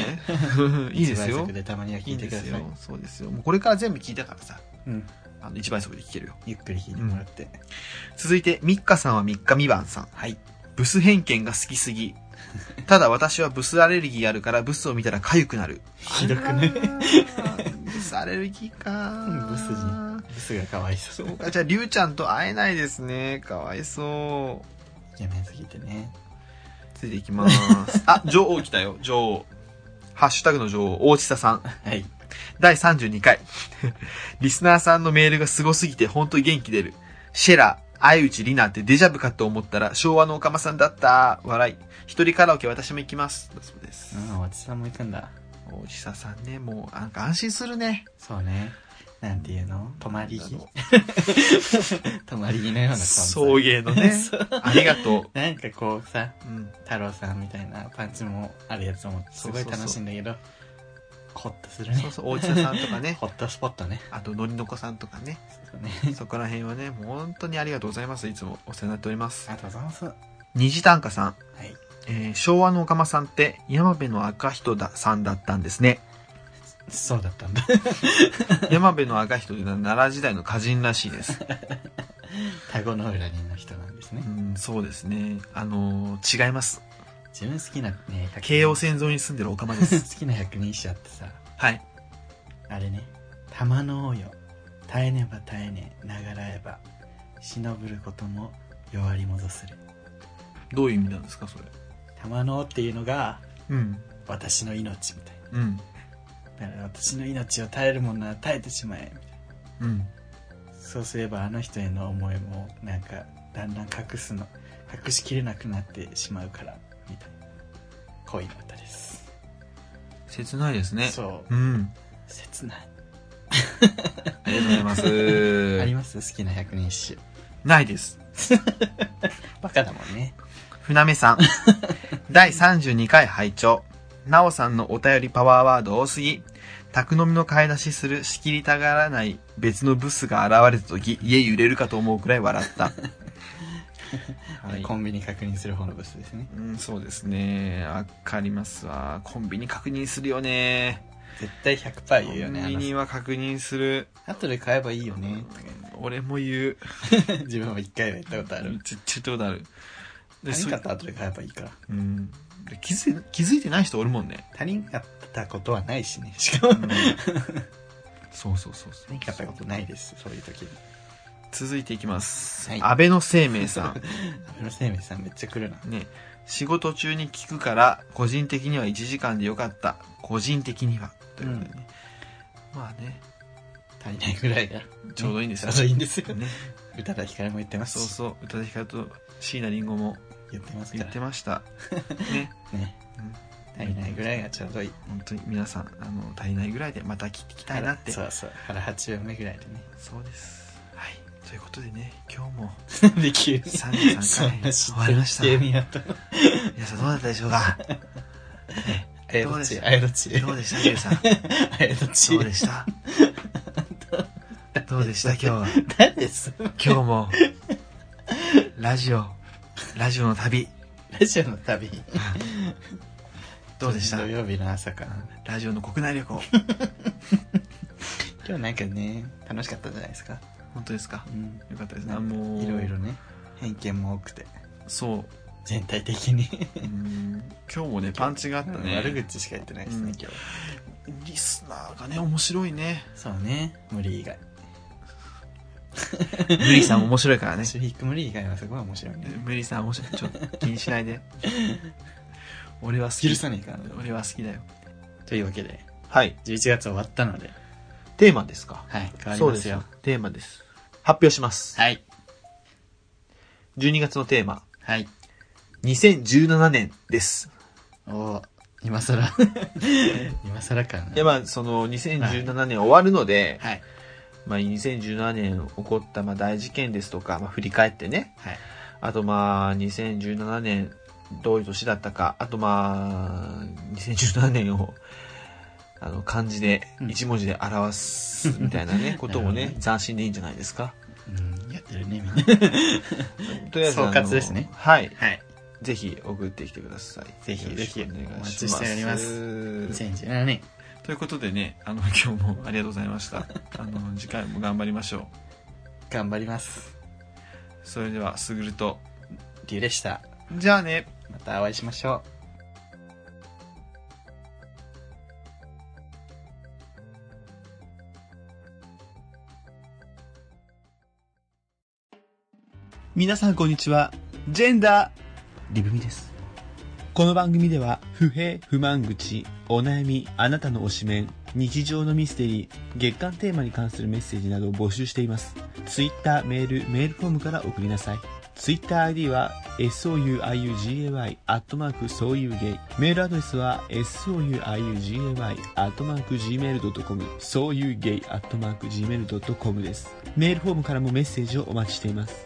[SPEAKER 2] いいです
[SPEAKER 1] 一倍
[SPEAKER 2] よ
[SPEAKER 1] 速。でたまには聞
[SPEAKER 2] いい
[SPEAKER 1] い
[SPEAKER 2] ん
[SPEAKER 1] て
[SPEAKER 2] で
[SPEAKER 1] くだ
[SPEAKER 2] す
[SPEAKER 1] さい。。
[SPEAKER 2] よそうですよ。もうこれから全部聞いたからさ。
[SPEAKER 1] うん。
[SPEAKER 2] あの、一倍速で聞けるよ。
[SPEAKER 1] ゆっくり聞いてもらって。
[SPEAKER 2] 続いて、ミッカさんは三日三晩さん。
[SPEAKER 1] はい。
[SPEAKER 2] ブス偏見が好きすぎ。ただ私はブスアレルギーあるからブスを見たら痒くなる。
[SPEAKER 1] ひどくね
[SPEAKER 2] あらーブスアレルギーか
[SPEAKER 1] うんブス
[SPEAKER 2] に。
[SPEAKER 1] ブスがかわいそ。
[SPEAKER 2] そううか。じゃあ、りゅうちゃんと会えないですね。かわいそ
[SPEAKER 1] イケメンすぎてね。
[SPEAKER 2] う。ついていきます。あ、女王来たよ。女王。ハッシュタグの女王、大地田さん。
[SPEAKER 1] はい。
[SPEAKER 2] 第32回。 リスナーさんのメールがすごすぎて本当に元気出る。シェラ、相内里奈ってデジャブかと思ったら昭和のオカマさんだった。笑い。一人カラオケ私も行きます。だそうです。
[SPEAKER 1] うん、おじさんも行くんだ。
[SPEAKER 2] 大地ささんね、もう、なんか安心するね。
[SPEAKER 1] そうね。なんていうの泊まり木 泊まり木のような存在。
[SPEAKER 2] 送迎のね
[SPEAKER 1] そう
[SPEAKER 2] ありがと
[SPEAKER 1] なんかこうさ、
[SPEAKER 2] う。うん。
[SPEAKER 1] 太郎さんみたいなパンチもあるやつもすごい楽しいんだけど、ホッとするね。
[SPEAKER 2] そうそう、大地ささんと かね。
[SPEAKER 1] ホットスポットね。
[SPEAKER 2] あと、のりのこさんとかね。
[SPEAKER 1] そうね。
[SPEAKER 2] そこら辺はね、もう本当にありがとうございます。いつもお世話になっております
[SPEAKER 1] あ。りがとうございます。は
[SPEAKER 2] 虹短歌さん。
[SPEAKER 1] い。
[SPEAKER 2] えー昭和のおかまさんって、山部の赤人ださんだったんですね。
[SPEAKER 1] そうだったんだ。
[SPEAKER 2] 山部の赤人というのは奈良時代の歌人らしい です。
[SPEAKER 1] タゴの裏にの人なんですね
[SPEAKER 2] う。ん、そうですね。あのー違います。
[SPEAKER 1] 自分好きなね、百人
[SPEAKER 2] 京王線沿いに住んでるおかまです。
[SPEAKER 1] 好きな百人一首あってさ、
[SPEAKER 2] はい。
[SPEAKER 1] あれね、玉の王よ。耐えねば耐えね、ながらえば、忍ぶることも弱り戻する。
[SPEAKER 2] どういう意味なんですか、それ。
[SPEAKER 1] 玉の王っていうのが、
[SPEAKER 2] うん。
[SPEAKER 1] 私の命みたい
[SPEAKER 2] うん。
[SPEAKER 1] な。だから私の命を耐えるものは耐えてしまえ、みたいな。
[SPEAKER 2] うん。
[SPEAKER 1] そうすればあの人への思いもなんかだんだん隠すの隠しきれなくなってしまうからみたいな恋の歌です、
[SPEAKER 2] 切ないですね。
[SPEAKER 1] そう
[SPEAKER 2] うん。
[SPEAKER 1] 切ない
[SPEAKER 2] ありがとうございま
[SPEAKER 1] あり
[SPEAKER 2] す。
[SPEAKER 1] ます好きな百人一首
[SPEAKER 2] ないです。
[SPEAKER 1] バカだもんね
[SPEAKER 2] 船目 さん。第32回拝聴なおさんのお便りパワーワード多すぎ。宅飲みの買い出しする仕切りたがらない別のブスが現れた時、家揺れるかと思うくらい笑 った。はい
[SPEAKER 1] コンビニ確認する方のブスですね
[SPEAKER 2] うん、そうですね。わかりますわ。コンビニ確認するよね。
[SPEAKER 1] 絶対100%
[SPEAKER 2] コ
[SPEAKER 1] 言うよね
[SPEAKER 2] ン
[SPEAKER 1] あ
[SPEAKER 2] ビ
[SPEAKER 1] の
[SPEAKER 2] ニは確認する。
[SPEAKER 1] 後で買えばいいよね
[SPEAKER 2] 俺も言う。
[SPEAKER 1] とか自分も一回は言ったことある
[SPEAKER 2] ちょちょっとことある。で
[SPEAKER 1] 他人
[SPEAKER 2] そ
[SPEAKER 1] かったら後で買えばいいから
[SPEAKER 2] うん。で気づい気づいてない人おるもんね。
[SPEAKER 1] 他人かったことはないしねしかも
[SPEAKER 2] うんそうそうそうそう。
[SPEAKER 1] 他人かったことないですそういう時に
[SPEAKER 2] 続いていきます。
[SPEAKER 1] はい
[SPEAKER 2] 安倍の生命さ。
[SPEAKER 1] 安倍の生命さんめっちゃ来るなん
[SPEAKER 2] ね。仕事中に聞くから、個人的には1時間でよかった。個人的には。ということでね。まあね、
[SPEAKER 1] 足りないぐらいが
[SPEAKER 2] ちょうどいいんです
[SPEAKER 1] ちょ
[SPEAKER 2] よ
[SPEAKER 1] う。どいいんですよ
[SPEAKER 2] ね。
[SPEAKER 1] 宇多田ヒカルも言ってます
[SPEAKER 2] そう
[SPEAKER 1] し
[SPEAKER 2] そう。宇多田ヒカルと椎名林檎も
[SPEAKER 1] 言ってますか
[SPEAKER 2] 言
[SPEAKER 1] ら
[SPEAKER 2] って ました。ね。
[SPEAKER 1] ね
[SPEAKER 2] うん
[SPEAKER 1] 足りないぐらいがちょうどいい
[SPEAKER 2] 本当に皆さん、あの、足りないぐらいでまた切っていきたいなって。
[SPEAKER 1] そうそう腹八分目ぐらいでね
[SPEAKER 2] そうです。はい。ということでね、今日も
[SPEAKER 1] で急にそん
[SPEAKER 2] 33
[SPEAKER 1] な知
[SPEAKER 2] 回終
[SPEAKER 1] っ
[SPEAKER 2] わ
[SPEAKER 1] て
[SPEAKER 2] り
[SPEAKER 1] る
[SPEAKER 2] ました。
[SPEAKER 1] ゲームやった
[SPEAKER 2] 皆さんどうだったでしょうかね
[SPEAKER 1] あや
[SPEAKER 2] どう
[SPEAKER 1] ど
[SPEAKER 2] で
[SPEAKER 1] っ
[SPEAKER 2] し
[SPEAKER 1] ち
[SPEAKER 2] た
[SPEAKER 1] あやどっち
[SPEAKER 2] どうでした、ゆうさん。
[SPEAKER 1] あやどっ
[SPEAKER 2] ど
[SPEAKER 1] ち
[SPEAKER 2] う でしたどうでした今日は。
[SPEAKER 1] 誰です
[SPEAKER 2] 今日も、ラジオ、ラジオの旅、
[SPEAKER 1] ラジオの旅
[SPEAKER 2] どうでした
[SPEAKER 1] 土曜日の朝から
[SPEAKER 2] ラジオの国内旅行。
[SPEAKER 1] 今日なんかね楽しかったじゃないですか
[SPEAKER 2] 本当ですか
[SPEAKER 1] うん
[SPEAKER 2] よかったですね。
[SPEAKER 1] な
[SPEAKER 2] あ
[SPEAKER 1] んか
[SPEAKER 2] もう、
[SPEAKER 1] いろいろ。ね偏見も多くて
[SPEAKER 2] そう。
[SPEAKER 1] 全体的に
[SPEAKER 2] うん今日もね、パンチがあった ね。
[SPEAKER 1] 悪口しか言ってないです
[SPEAKER 2] うん
[SPEAKER 1] ね今日
[SPEAKER 2] リスナーがね、面白いね。
[SPEAKER 1] そうね無理以外
[SPEAKER 2] 無理さん面白い からね。
[SPEAKER 1] 私フィック無理以外はすごい面白いね
[SPEAKER 2] 無理さん面白い。ちょっと気にしないで。 俺は好き。
[SPEAKER 1] 許さねえからな
[SPEAKER 2] 俺は好きだよ。
[SPEAKER 1] というわけで
[SPEAKER 2] はい。
[SPEAKER 1] 11月終わったので
[SPEAKER 2] テーマですか
[SPEAKER 1] はい変わり
[SPEAKER 2] そう
[SPEAKER 1] ま
[SPEAKER 2] です
[SPEAKER 1] す
[SPEAKER 2] よ
[SPEAKER 1] よ。
[SPEAKER 2] テーマです。発表します。
[SPEAKER 1] はい
[SPEAKER 2] 12月のテーマ、
[SPEAKER 1] はい
[SPEAKER 2] 2017年です。
[SPEAKER 1] おお今 更今更かない
[SPEAKER 2] や、まあ、その、2017年終わるので、
[SPEAKER 1] はい
[SPEAKER 2] まあ、2017年起こった、まあ、大事件ですとか、まあ、振り返ってね、
[SPEAKER 1] はい
[SPEAKER 2] あと、まあ、2017年、どういう年だったか、あと、まあ、2017年を、 あの、漢字で、
[SPEAKER 1] うん
[SPEAKER 2] 一文字で表す、みたいな ね、ことも
[SPEAKER 1] なる
[SPEAKER 2] ね
[SPEAKER 1] ほ、
[SPEAKER 2] 斬新でいいんじゃないですか。
[SPEAKER 1] うんやってるねみんな
[SPEAKER 2] とりあえず、
[SPEAKER 1] 総括
[SPEAKER 2] あの
[SPEAKER 1] ですね
[SPEAKER 2] はい。
[SPEAKER 1] はい
[SPEAKER 2] ぜひ送ってきてください。
[SPEAKER 1] ぜひ
[SPEAKER 2] よろしくお願いします。
[SPEAKER 1] お待ちしております2017年
[SPEAKER 2] ということでね、あの、今日もありがとうございました。あの、次回も頑張りましょ
[SPEAKER 1] 頑張ります
[SPEAKER 2] う。それでは、すぐると。
[SPEAKER 1] リュウでした
[SPEAKER 2] じゃあね。
[SPEAKER 1] またお会いしましょう
[SPEAKER 5] 皆さんこんにちは。ジェンダー。
[SPEAKER 1] リブミです
[SPEAKER 5] この番組では、不平、不満口、お悩み、あなたの推しメン、
[SPEAKER 2] 日常のミステリー、月間テーマに関するメッセージなどを募集しています。Twitter、メール、メールフォームから送りなさい。TwitterID は souiugay アットマークそういうゲイメールアドレスは souiugay アットマーク gmail.com そういうゲイアットマーク gmail.com ですメールフォームからもメッセージをお待ちしています